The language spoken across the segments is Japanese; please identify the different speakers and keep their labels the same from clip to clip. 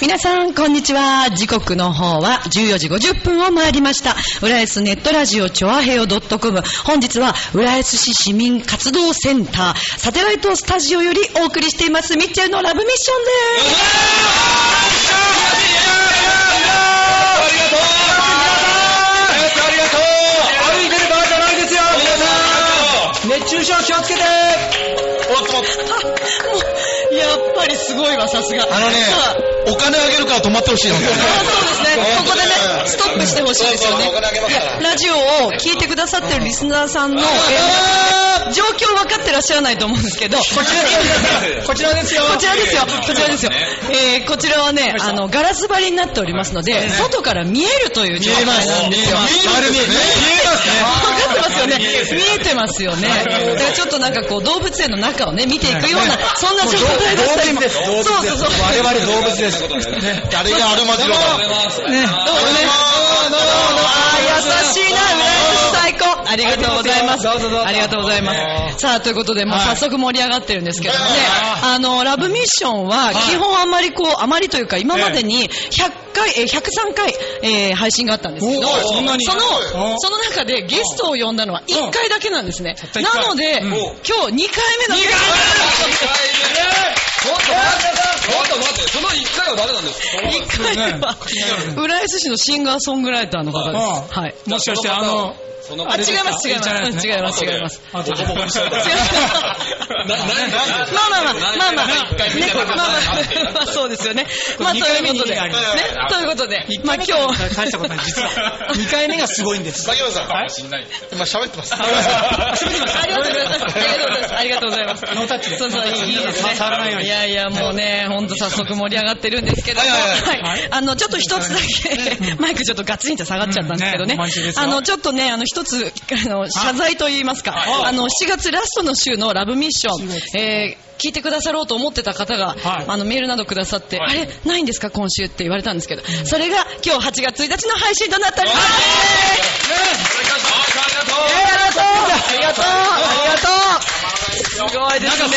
Speaker 1: 皆さん、こんにちは。時刻の方は14時50分を回りました。浦安ネットラジオチョアヘオ .com。本日は浦安市市民活動センター、サテライトスタジオよりお送りしています、ミッチェルのラブミッションです。
Speaker 2: 熱中症気をつけて
Speaker 1: おっともう、 やっぱりすごいわ、さすが。
Speaker 2: あのね、お金あげるから止まってほしいの。そうです
Speaker 1: ね。ここでね、ストップしてほしいですよね。ラジオを聞いてくださってるリスナーさんの、状況分かってらっしゃらないと思うんですけど。こ
Speaker 2: ちら、こちらですよ。
Speaker 1: こちらですよ。こちらですよ。えー、こちらはね、あの、ガラス張りになっておりますので、外から見えるという状態なんですよ。
Speaker 2: 見え
Speaker 1: ますね。見えますね。見えてますよね。だからちょっとなんかこう、動物園の中をね、見ていくような、そんな状態でした今。
Speaker 2: そうそうそう。我々動物です。誰がアルマジロか。ね、どうもね。
Speaker 1: 優しいな、浦安最高。ありがとうございます。ありがとうございます。さあ、ということで、もう早速盛り上がってるんですけどもね、あの、ラブミッションは、基本あんまりこう、あまりというか、今までに100回、え、103回、えー、配信があったんですけど、その、その中でゲストを呼んだのは1回だけなんですね。なので、今日2回目のゲ
Speaker 3: スト。ちょっと待って、ちょっと待って、その1回は誰なんですか
Speaker 1: ?1 回は、浦安市のシンガーソングライターの方です。はい。
Speaker 4: もしかして、あの、
Speaker 1: あ、違います、違います。違います、違います。まあまあまあ、まあまあ、まあそうですよね。まあ、ということで、ね、ということで、まあ今日。
Speaker 4: 大したことない、実は。2回目がすごいんです。
Speaker 2: 崎本さん、今喋ってます。あ
Speaker 1: りがとうございます。ありがとうございます。
Speaker 4: ノータッチ
Speaker 1: そうそう、いいですね。触らないように。いやいや、もうね、ほんと早速盛り上がってるんですけども、はい。あの、ちょっと一つだけ、 マイクちょっとガツンと下がっちゃったんですけどね。あの、ちょっとね、あの、一つ、あの、謝罪と言いますか、あの、7月ラストの週のラブミッション、えー聞いてくださろうと思ってた方が、はい、あのメールなどくださって、はい、あれないんですか今週って言われたんですけど、うん、それが今日8月1日の配信となっておりますありがとうありがとうありがとうすごいですね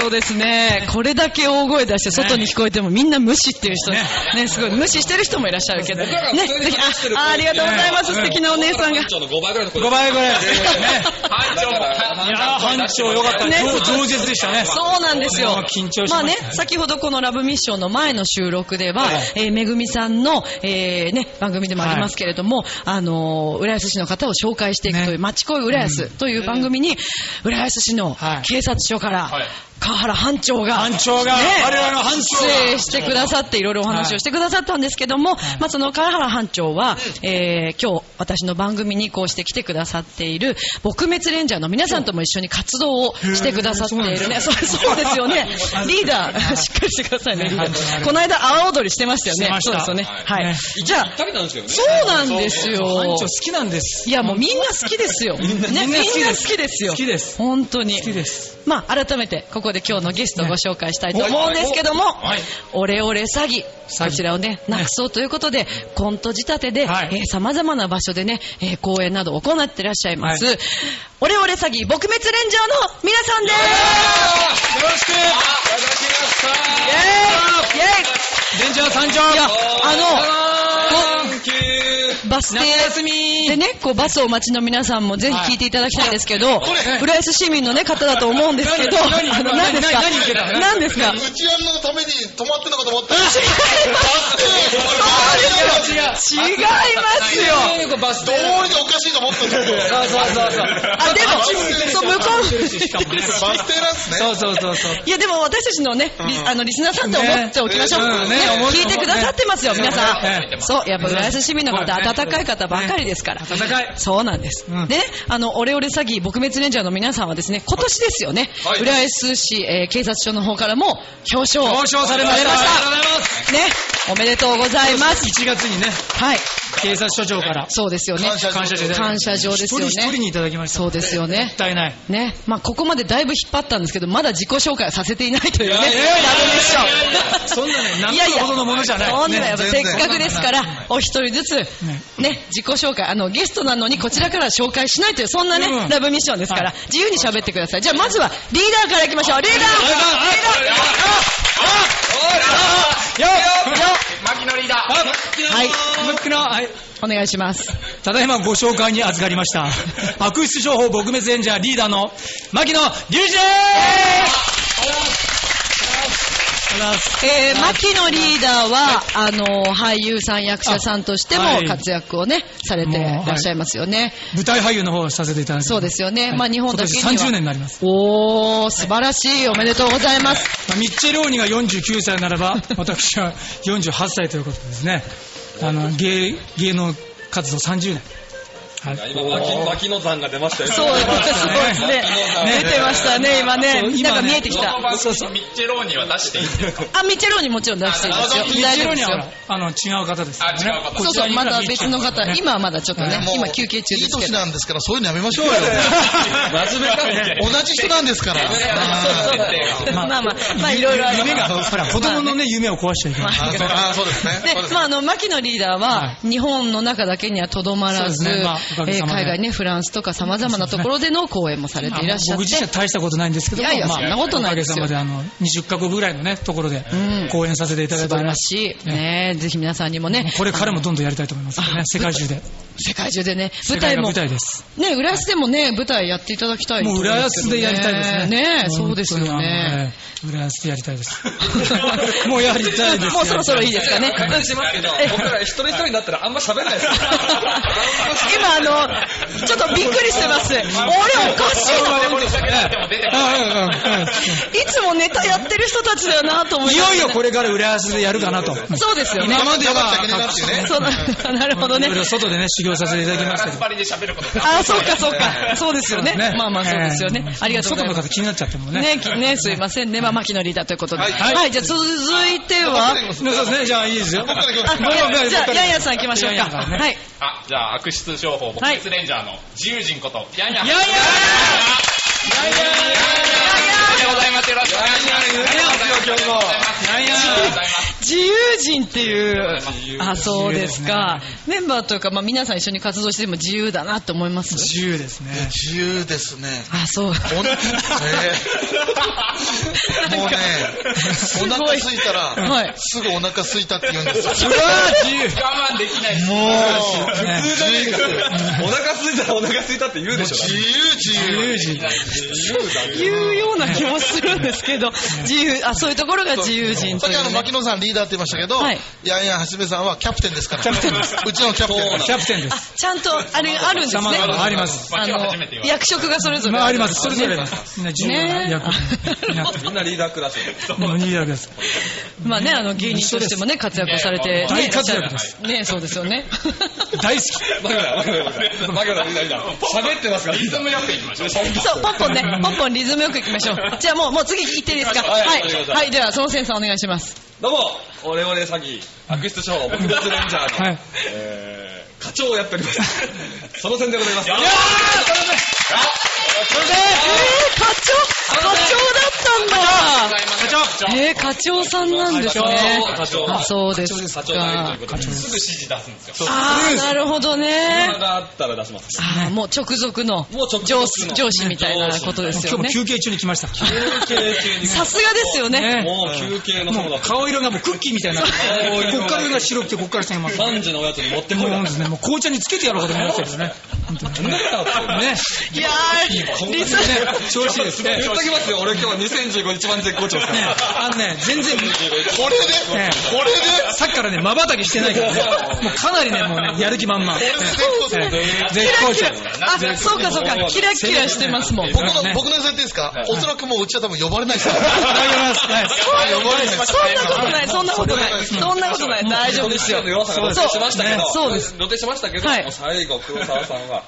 Speaker 1: そうですねこれだけ大声出して外に聞こえてもみんな無視っていう人ね、ね、すごい無視してる人もいらっしゃるけどねぜひあありがとうございます素敵なお姉さんが
Speaker 3: 5倍ぐらいの
Speaker 4: 5倍ぐらい班
Speaker 3: 長も
Speaker 4: 班長よかったね上舌でしたね
Speaker 1: そうなんですよ。
Speaker 4: 緊張しま,、ね、
Speaker 1: まあね、先ほどこのラブミッションの前の収録では、はい、えー、めぐみさんの、えー、ね、番組でもありますけれども、はい、あのー、浦安市の方を紹介していくという、ね、町恋浦安という番組に、浦安市の警察署から、はい川原班長が、
Speaker 4: 班長が、ね、我々の班長
Speaker 1: が、出演してくださって、いろいろお話をしてくださったんですけども、はい、まあ、その川原班長は、えー、今日、私の番組にこうして来てくださっている、撲滅レンジャーの皆さんとも一緒に活動をしてくださっているね。そう そうですよね。リーダー、しっかりしてくださいね、リーダー。この間、阿波踊りしてましたよね。そうですよね。はい。
Speaker 3: じゃあ、
Speaker 1: そうなんですよ。班
Speaker 4: 長好きなんです。
Speaker 1: いや、もうみんな好きですよ。ね、みんな好きですよ。
Speaker 4: 好きです。
Speaker 1: 本当に。
Speaker 4: 好きです。
Speaker 1: まあ、改めて、ここで今日のゲストをご紹介したいと思うんですけども、オレオレ詐欺、こちらをね、なくそうということで、コント仕立てで、さまざまな場所でね、えー、講演などを行ってらっしゃいます、はい、オレオレ詐欺撲滅レンジャーの皆さんです
Speaker 4: よろしく
Speaker 1: イェ
Speaker 4: イイェイレンジャー参上
Speaker 1: いや、あの、バス停でね、こうバスをお待ちの皆さんもぜひ聞いていただきたいんですけど、浦安市民のね、方だと思うんですけど、あの、何ですか何ですか
Speaker 2: うちやんのために止まってんのかと思ったら、違い
Speaker 1: ます違いますよ違います
Speaker 2: よどうにかおかしいと思ったんだけど。そう
Speaker 1: そうそうそう。あ、でも、そう、向こう。バス
Speaker 2: 停なんですね。
Speaker 4: そうそうそうそう。
Speaker 1: いや、でも私たちのね、あの、リスナーさんと思っておきましょう。ね、聞いてくださってますよ、皆さん。そう、やっぱ浦安市民の方、温かい方ばかりですから。
Speaker 4: 温かい。
Speaker 1: そうなんです。うん、で、あの、オレオレ詐欺撲滅レンジャーの皆さんはですね、今年ですよね、はい、浦安市、えー、警察署の方からも表彰。
Speaker 4: 表彰されました。
Speaker 1: ね、おめでとうございます。
Speaker 4: 1月にね。
Speaker 1: はい。
Speaker 4: 警察署長から。
Speaker 1: そうですよね。
Speaker 4: 感謝状で。
Speaker 1: 感謝状ですよね。
Speaker 4: 一人一人にいただきました。
Speaker 1: そうですよね。
Speaker 4: もったいない。
Speaker 1: ね。まあ、ここまでだいぶ引っ張ったんですけど、まだ自己紹介させていないというね。ラブミッシ
Speaker 4: ョン。そんなね、何ほどのものじゃない。
Speaker 1: そんなやっぱせっかくですから、お一人ずつ、ね、自己紹介、あの、ゲストなのにこちらから紹介しないという、そんなね、ラブミッションですから、自由に喋ってください。じゃあ、まずは、リーダーからいきましょう。リーダーリーダーよっ
Speaker 4: の、はい
Speaker 1: お願いします。
Speaker 4: ただいまご紹介に預かりました。悪質情報撲滅演者リーダーの牧野隆二ですありがとうございます。
Speaker 1: えー、牧野リーダーは、あの、俳優さん、役者さんとして
Speaker 4: あは
Speaker 1: も
Speaker 4: い
Speaker 1: 活躍をね、されていらっしゃいますよね。
Speaker 4: 舞台俳優の方をさせていただいて。
Speaker 1: そうですよね。まあ、日本だけには。
Speaker 4: 今年30年になります。
Speaker 1: おー、素晴らしい。おめでとうございます。
Speaker 4: まあミッチェローニが49歳ならば、 私は48歳ということですね。あの、芸、芸能活動30年。はい。
Speaker 3: 今、牧牧野山が出ましたよ。
Speaker 1: そう、そうですね。出てましたね、今ね。
Speaker 4: そう今ね
Speaker 1: なんか見えてきた。
Speaker 5: そうそう。ミッチェローニは出していいんですか
Speaker 1: あ、ミッチェローにもちろん出していいですよ。
Speaker 5: あ
Speaker 4: ミッ
Speaker 1: 大
Speaker 4: チェ
Speaker 1: 丈
Speaker 4: ロ
Speaker 1: 夫で
Speaker 4: ーニ
Speaker 1: す
Speaker 4: はほ
Speaker 1: よ
Speaker 4: ら。あの、違う方です。
Speaker 5: あ、違う方。
Speaker 1: そうそう、まだ別の方。
Speaker 4: ね
Speaker 1: 今はまだちょっとね、今休憩中
Speaker 2: い
Speaker 1: で
Speaker 2: い
Speaker 1: すけ
Speaker 2: 年
Speaker 1: ど。
Speaker 2: なんですから、そういうのやめましょうよ。
Speaker 3: 真面目か
Speaker 2: 同じ人なんですから。
Speaker 5: そうそう
Speaker 2: あ
Speaker 1: まあまあ、まあいろいろあります
Speaker 4: 夢が、ほら、子供のね、夢を壊しちゃいけない。
Speaker 2: ーそうあー、そうですね。
Speaker 1: で
Speaker 2: そうで、す
Speaker 1: まあ、あの、牧野リーダーは
Speaker 4: は、
Speaker 1: 日本の中だけにはとどまらず、
Speaker 4: そうですねまあおかげ
Speaker 1: えー
Speaker 4: さまで
Speaker 1: 海外ね、フランスとか様々なところでの公演もされていらっしゃっ
Speaker 4: 僕自身は
Speaker 1: て、
Speaker 4: 大したことないんですけども
Speaker 1: いやいや
Speaker 4: まあ
Speaker 1: そんなことないですよ
Speaker 4: おかげさまであの20カ国ぐらいのねところで
Speaker 1: うん
Speaker 4: 公演させていただ
Speaker 1: 素
Speaker 4: いてお
Speaker 1: 晴
Speaker 4: り
Speaker 1: ら
Speaker 4: ます、
Speaker 1: しい。ねぜひ皆さんにもね、
Speaker 4: これからもどんどんやりたいと思いますけどね
Speaker 1: あ
Speaker 4: 世界中で
Speaker 1: 世界中でね、
Speaker 4: 世
Speaker 1: 舞
Speaker 4: 界
Speaker 1: 台
Speaker 4: の
Speaker 1: も、
Speaker 4: 舞台です
Speaker 1: ね、浦安でもね、舞台やっていただきたいと
Speaker 4: もう
Speaker 1: 思い
Speaker 4: 浦
Speaker 1: ま
Speaker 4: 安
Speaker 1: すけど
Speaker 4: でやりたいですね
Speaker 1: ねそうですよね。
Speaker 4: 本当にあのええ浦安でやりたいです もうやりたいですよ
Speaker 1: もうそろそろいいですかね。
Speaker 3: 確認しますけど、僕ら一人一人になったらあんま喋らないですよ。
Speaker 1: 今あの、ちょっとびっくりしてます。俺おかしいな。いつもネタやってる人たちだよなと思い
Speaker 4: い
Speaker 1: なが
Speaker 4: よ
Speaker 1: ら
Speaker 4: いよこれから浦安でやるかなと
Speaker 1: そうですよね。
Speaker 2: 今までは竹根だっていうね。
Speaker 1: そうななるほどね
Speaker 4: いろい。ろ外でね修行させていただきましたけど
Speaker 5: パリで喋ることが。
Speaker 1: あ、そうかそうか。そうですよね。まあまあそうですよ
Speaker 4: え
Speaker 1: ね
Speaker 4: え。
Speaker 1: ありがとうございます
Speaker 4: 外の。方気になっちゃってもね
Speaker 1: ね、きね、すいませんね。まあ、牧野リーダーということで。はい、じゃあ続いては、
Speaker 4: そうですねじゃあいいですよ
Speaker 2: 僕から行きます
Speaker 4: 僕から行きま
Speaker 1: あ、
Speaker 4: す
Speaker 1: じゃあ、ヤンヤンさん行きましょう
Speaker 4: ヤ
Speaker 1: か。
Speaker 4: ンヤンさんね
Speaker 1: はい。
Speaker 5: あ、じゃあ悪質情報、ボックスレンジャーの自由人こと、ヤンヤン。
Speaker 4: やいや
Speaker 5: おはようございます。よろしくお願いします。
Speaker 4: いやいや
Speaker 5: おはようございます。
Speaker 1: 自由人っていう、あ、そうですか。
Speaker 4: 自
Speaker 1: メンバーというか、まあ、皆さん一緒に活動しても自由だなって思います。
Speaker 4: 自由ですね
Speaker 2: 自由ですね。
Speaker 1: あ、そう。
Speaker 2: おねえもうね、お腹すいた
Speaker 1: は
Speaker 2: ら
Speaker 1: い、
Speaker 2: すぐお腹すいたって言うんですよ。
Speaker 4: うわー自由
Speaker 5: 我慢できない。
Speaker 2: もう、
Speaker 4: 通だね
Speaker 3: お腹空いたらお腹空いたって言うでしょ。
Speaker 2: 自由自由。
Speaker 4: 自由人
Speaker 1: いうような気もするんですけど、自由、あ、そういうところが自由人と
Speaker 2: さっ
Speaker 1: い
Speaker 2: きあの、
Speaker 1: うね。
Speaker 2: 牧野さんリーダーって言いましたけど、
Speaker 1: はい
Speaker 2: やんやんはじめさんはキャプテンですから。
Speaker 4: キャプテンです
Speaker 2: うちのキャプテン
Speaker 4: キャプテンで
Speaker 1: あ
Speaker 4: す、
Speaker 1: ちゃんと、あれ、あるんですね。
Speaker 4: あります
Speaker 5: まあ
Speaker 1: あ
Speaker 5: 今日
Speaker 1: の
Speaker 5: 初めて言、われた
Speaker 1: 役職がそれぞれ
Speaker 4: まあ、あります。
Speaker 1: る
Speaker 4: それぞれです。みんな重要な
Speaker 1: ね
Speaker 4: 役になって
Speaker 3: みんなリーダークラス。
Speaker 4: もういい役です。
Speaker 1: まあね、あの、芸人としてもね、活躍されて、ね、
Speaker 4: 大活躍です
Speaker 1: ね、そうですよね。
Speaker 4: 大好
Speaker 3: マグラ、マグラ、マグラリーダーリーダー喋ってますから、リーダー。
Speaker 5: よくいきましょう。
Speaker 1: そう、ポンポンね、ポンポンリズムよくいきまし ょう。じゃあもう、もう次行っていいですか。
Speaker 3: はい
Speaker 1: はい
Speaker 3: お願いしま。す
Speaker 1: はい、では、そのセンサーお願いします。
Speaker 3: どうも、オレオレ詐欺、悪質商法、撲滅レンジャーの、
Speaker 4: はい
Speaker 3: えー、課長をやっております。その線でございます。
Speaker 5: やっ
Speaker 1: えー、課長課長だったんだ
Speaker 5: 課長課長
Speaker 1: えー、課長さんなんですね。
Speaker 3: 課長
Speaker 1: あ、そうです
Speaker 3: 課長が
Speaker 1: か
Speaker 3: いるという。ことです
Speaker 5: ぐ指示出すんですよ。
Speaker 1: あー、なるほどね
Speaker 3: 暇。があったら出します。
Speaker 1: あーもう直属の
Speaker 3: もう直属の
Speaker 1: 上司上司みたいなことですよ
Speaker 4: き。今日も
Speaker 1: ね。
Speaker 4: 休憩中に来ました。
Speaker 3: 休憩中 に。
Speaker 1: さすがですよね。
Speaker 3: もう休憩の方
Speaker 4: もう
Speaker 3: だ。
Speaker 4: 顔色がもうクッキーみたいな。こ
Speaker 3: 色が
Speaker 4: っから上が白くて、こっから下が真っ
Speaker 3: 3時のおやつに持ってこい
Speaker 4: 黒。も
Speaker 3: だ
Speaker 4: うですね、もう紅茶につけてやろうかと思いましたけどね。本当にね。ね。
Speaker 1: いやー、リズム。
Speaker 4: ね、調子いいですね。
Speaker 3: 言っときますよ、俺今日2015一番絶好調ですか
Speaker 4: ね
Speaker 3: ら。
Speaker 4: あのね、全然、
Speaker 2: これで、
Speaker 4: ね
Speaker 2: これで、
Speaker 4: さっきからね、瞬きしてないからね。もうかなりね、もうね、やる気満々。ね
Speaker 2: これで、
Speaker 4: 絶好調。
Speaker 1: あ、そうかそうか、キラキラしてますもん。
Speaker 2: 僕の、
Speaker 4: ね
Speaker 2: 僕の予想言っていいですかおそらくもううちは多分呼ばれないですよ。
Speaker 4: いただきます。はい
Speaker 1: そんなことない、そんなことない、そんなことない、大丈夫ですよ。
Speaker 3: の弱さが露呈しましたけど、
Speaker 1: そうです。
Speaker 3: 露呈しましたけど、
Speaker 1: はい
Speaker 3: もう最後、黒沢さんは、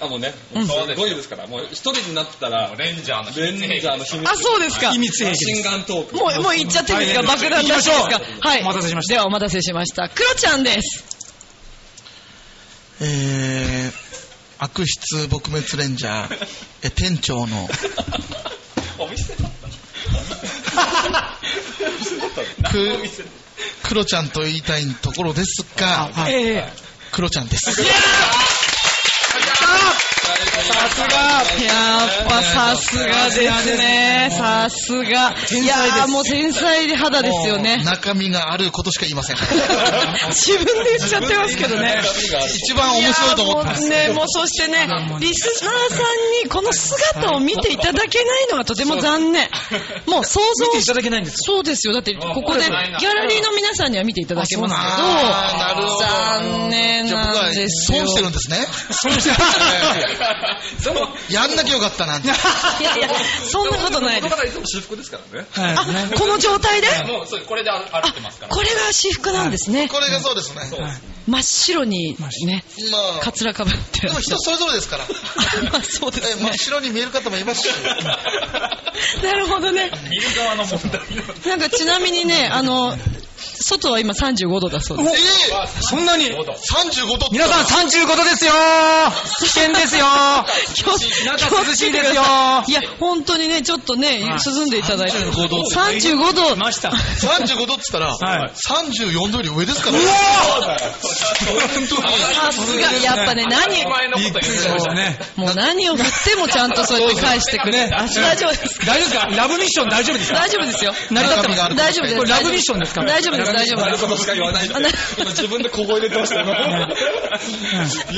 Speaker 3: あ、もうね、
Speaker 1: ん
Speaker 3: そうです。5位ですから、もう一人になったら、レ
Speaker 5: レンジャーの秘密
Speaker 3: ン
Speaker 5: 兵器
Speaker 3: ジャーの秘密
Speaker 1: あ、そうですか。
Speaker 4: 秘
Speaker 1: も
Speaker 4: 密兵器です
Speaker 3: 心。眼トーク。
Speaker 1: う、もう行っちゃっていいですか爆弾出していいですかはい。
Speaker 4: お待たせしました
Speaker 1: ではお待たせしました。クロちゃんです。
Speaker 2: えー、悪質撲滅レンジャー、え店長の、
Speaker 5: お店だった
Speaker 2: く、クロちゃんと言いたいところですが、
Speaker 4: ええ
Speaker 2: クロちゃんです。
Speaker 1: あ
Speaker 3: さすが
Speaker 1: やっぱさすがですね。さすが。いやーもう天才で肌ですよね。
Speaker 2: 中身があることしか言いません。
Speaker 1: 自分で言っちゃってますけどね。
Speaker 2: 一番面白いと思ってます。
Speaker 1: いやーもうね、もうそしてね、リスナーさんにこの姿を見ていただけないのがとても残念。もう想
Speaker 4: 見
Speaker 1: 像
Speaker 4: ていただけないんですか
Speaker 1: そうですよ。だって、ここで、ギャラリーの皆さんには見ていただけます
Speaker 2: あーなるほど
Speaker 1: けど、残念
Speaker 2: じゃあ僕
Speaker 1: な
Speaker 2: は
Speaker 1: ん
Speaker 2: 損
Speaker 1: ですよ。
Speaker 2: してるんですね。 やんなきゃよかったなって。
Speaker 1: いやいや、そんなことない
Speaker 5: こ
Speaker 1: で
Speaker 5: の方
Speaker 1: す。
Speaker 5: いつも私服ですからね。
Speaker 1: あ、
Speaker 4: はいね
Speaker 1: この状態で
Speaker 5: もう、そうこれで歩歩いて ますから。
Speaker 1: これが私服なんですね。
Speaker 2: これがそうですね。
Speaker 5: そうです
Speaker 1: 真っ白にね、
Speaker 2: まあ
Speaker 1: か、つらかぶって
Speaker 2: でも人それぞれですから。
Speaker 1: あまあそうです
Speaker 2: え真っ白に見える方もいますし。
Speaker 1: なるほどね。
Speaker 5: 見る側の問題なんで
Speaker 1: なんかちなみにね、あの、外は今35度だそうです。
Speaker 2: えー
Speaker 4: そんなに
Speaker 2: 35度って
Speaker 4: 皆さん35度ですよ危険ですよ
Speaker 1: 今日
Speaker 4: 皆さん涼しいですよ
Speaker 1: いや、本当にね、ちょっとね、涼んでいただいて。
Speaker 2: 35度
Speaker 1: 35度。
Speaker 4: ました。
Speaker 2: 35度って言ったら、
Speaker 4: はい
Speaker 2: 34度より上ですから。
Speaker 1: さすが、やっぱね、何、
Speaker 5: お前のこと言う
Speaker 4: そうだね。
Speaker 1: もう何を振ってもちゃんとそうやって返してくれる。あ大丈夫です。
Speaker 4: 大丈夫ですかラブミッション大丈夫ですか
Speaker 1: 大丈夫ですよ。
Speaker 4: 成り立って
Speaker 2: 中
Speaker 4: ます
Speaker 2: 身がある
Speaker 1: 大丈夫です。
Speaker 4: これラブミッションですか
Speaker 1: 大丈夫です、大丈夫
Speaker 3: あ
Speaker 1: で
Speaker 3: る
Speaker 1: す。
Speaker 3: ことしか言わないで。
Speaker 1: あな
Speaker 3: 今自分で小声で言ってましたよ。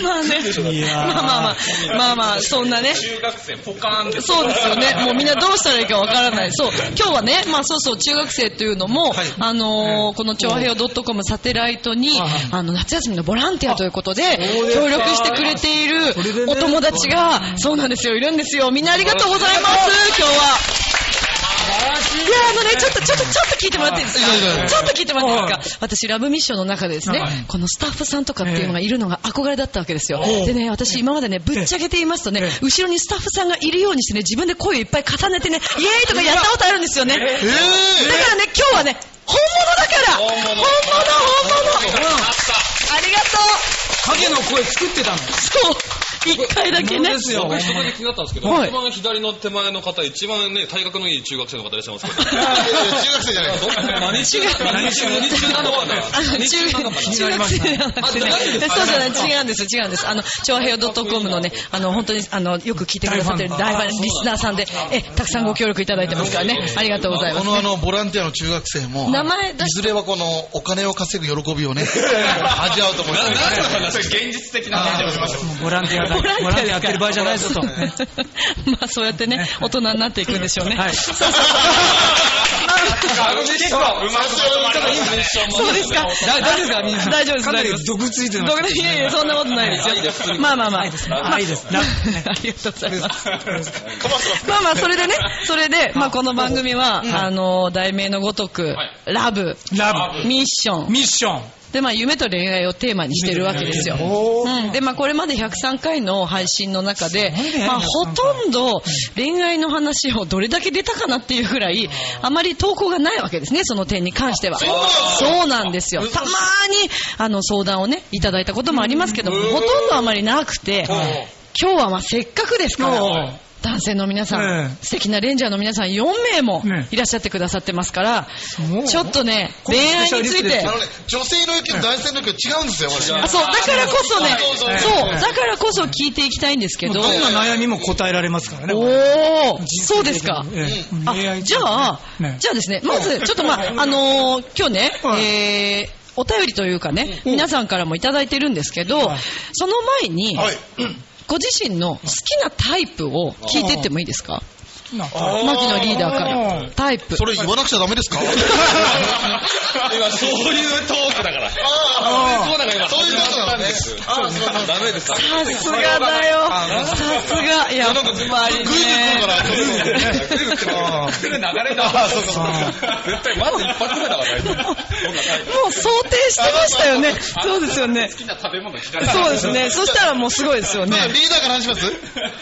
Speaker 1: まあね
Speaker 4: い、やー
Speaker 1: まあまあまあ、まあまあ、そんなね。
Speaker 5: 中学生ポカーンって。
Speaker 1: そうですよ ね。もうみんなどうしたらいいかわからない。そう。今日はね、まあそうそう、中学生というのも、
Speaker 2: はい
Speaker 1: あのーこの長平洋 .com サテライトに、
Speaker 4: はい
Speaker 1: あの、夏休みのボランティアということで、協力してくれてい
Speaker 4: れ
Speaker 1: る
Speaker 4: でね
Speaker 1: お友達が、そうなんですよ、いるんですよ。みんなありがとうございます、今日は。いやあのね、ちょっと、ちょっと、ちょっと聞いてもらっていいですか
Speaker 2: いやいやいや
Speaker 1: ちょっと聞いてもらっていいですか私、ラブミッションの中でですね、このスタッフさんとかっていうのがいるのが憧れだったわけですよ。でね、私、今までね、ぶっちゃけて言いますとね、後ろにスタッフさんがいるようにしてね、自分で声をいっぱい重ねてね、イエーイとかやったことあるんですよね。だからね、
Speaker 2: えー
Speaker 1: 今日はね、本物だから本物、本物、本物ありがと
Speaker 4: 影の声作ってたの
Speaker 1: うそう一回だけね。
Speaker 4: ですよ。
Speaker 3: 僕そこで気になったんですけど、
Speaker 1: はい
Speaker 3: 一番左の手前の方、一番ね、体格のいい中学生の方いらっしゃい ますけど。
Speaker 2: 中学生じゃないです。
Speaker 3: 何中学何中何中なのか な
Speaker 1: あの中中学生なんですね。そうじゃない、違うんです、違うんです。あの、超平洋 .com のね、あの、本当に、あの、よく聞いてくださってる大ファン、リスナーさんで、え、たくさんご協力いただいてますからね。ありがとうございま
Speaker 2: こ
Speaker 1: す。
Speaker 2: のあの、ボランティアの中学生も、
Speaker 1: 名前出
Speaker 2: い
Speaker 1: し
Speaker 2: ずれはこの、お金を稼ぐ喜びをね、味わうと思います。
Speaker 5: それ現実的な話をしましょう。
Speaker 4: もうボランティアだ。ボランティアやってる場合じゃないぞと。ね
Speaker 1: まあ、そうやって ね、大人になっていくんでしょうね。
Speaker 4: はい
Speaker 1: そうそう
Speaker 5: 結構、うまくまとまりましたね
Speaker 1: そうそうですか。
Speaker 4: 大丈夫ですかみんな。
Speaker 1: 大丈夫です
Speaker 4: かなり
Speaker 1: 大丈夫です
Speaker 4: 毒ついてま
Speaker 1: ど
Speaker 4: す
Speaker 1: こ。でいやいや、そんなことないですよ。まあまあまあ。まあ
Speaker 4: 愛です
Speaker 1: ま あ
Speaker 4: ラブね
Speaker 1: ありがとうござい ます。まあまあ、それでね、それで、まあこの番組は、あの、題名のごとく、ラブ、
Speaker 4: ラ
Speaker 1: ミッショ
Speaker 4: ブ。
Speaker 1: ン。
Speaker 4: ミッション。
Speaker 1: で、まあ夢と恋愛をテーマにしてるわけですよ。
Speaker 4: おー
Speaker 1: うん。で、まあこれまで103回の配信の中で
Speaker 4: ごい、ね
Speaker 1: まあ
Speaker 4: 103
Speaker 1: ほとんど恋愛の話をどれだけ出たかなっていうぐらい、あまり投稿がないわけですね、その点に関しては。そうなんですよ。たまーに、あの、相談をね、いただいたこともありますけども、ほとんどあまりなくて、今日はまあせっかくですか
Speaker 4: うん
Speaker 1: ら、男性の皆さん、
Speaker 4: ね
Speaker 1: 素敵なレンジャーの皆さん4名も
Speaker 4: ね
Speaker 1: いらっしゃってくださってますから、
Speaker 4: う
Speaker 1: ちょっとね、恋愛について
Speaker 2: あ、のね、女性の意見、男性の意見違うんですよ、私。
Speaker 1: あそう、だからこそね、
Speaker 2: そう
Speaker 1: そう、だからこそ聞いていきたいんですけど、
Speaker 4: どんな悩みも答えられますからね。
Speaker 1: お
Speaker 4: これ
Speaker 1: ー、そうですか。
Speaker 4: ええ
Speaker 1: あ、
Speaker 4: 恋愛
Speaker 1: じゃあ、
Speaker 4: ね
Speaker 1: じゃあですね、まず、ちょっとまあ、あのー今日ね、
Speaker 4: はい
Speaker 1: えーお便りというかね、皆さんからもいただいてるんですけど、
Speaker 4: はい
Speaker 1: その前に、
Speaker 2: はい。
Speaker 1: ご自身の好きなタイプを聞いてってもいいですか
Speaker 4: な
Speaker 1: 牧野リーダーから。タイプ。
Speaker 2: それ言わなくちゃダメですか
Speaker 5: 今、そういうトークだから。
Speaker 4: あ
Speaker 5: だから今、
Speaker 2: そういうことなんですね。ああ、そうなんだ。
Speaker 3: ダメですか
Speaker 1: さすがだよ。さすが。やっぱり
Speaker 2: グイグイ来る
Speaker 1: ね。
Speaker 2: から、
Speaker 5: 来る流れだ。そうそう
Speaker 3: 絶対まず一発目だから大丈夫。
Speaker 1: もう想定してましたよね。そうですよね
Speaker 5: 好。きな食べ物聞かない。
Speaker 1: そうですね。そしたらもうすごいですよね
Speaker 2: ま。だリーダーから話します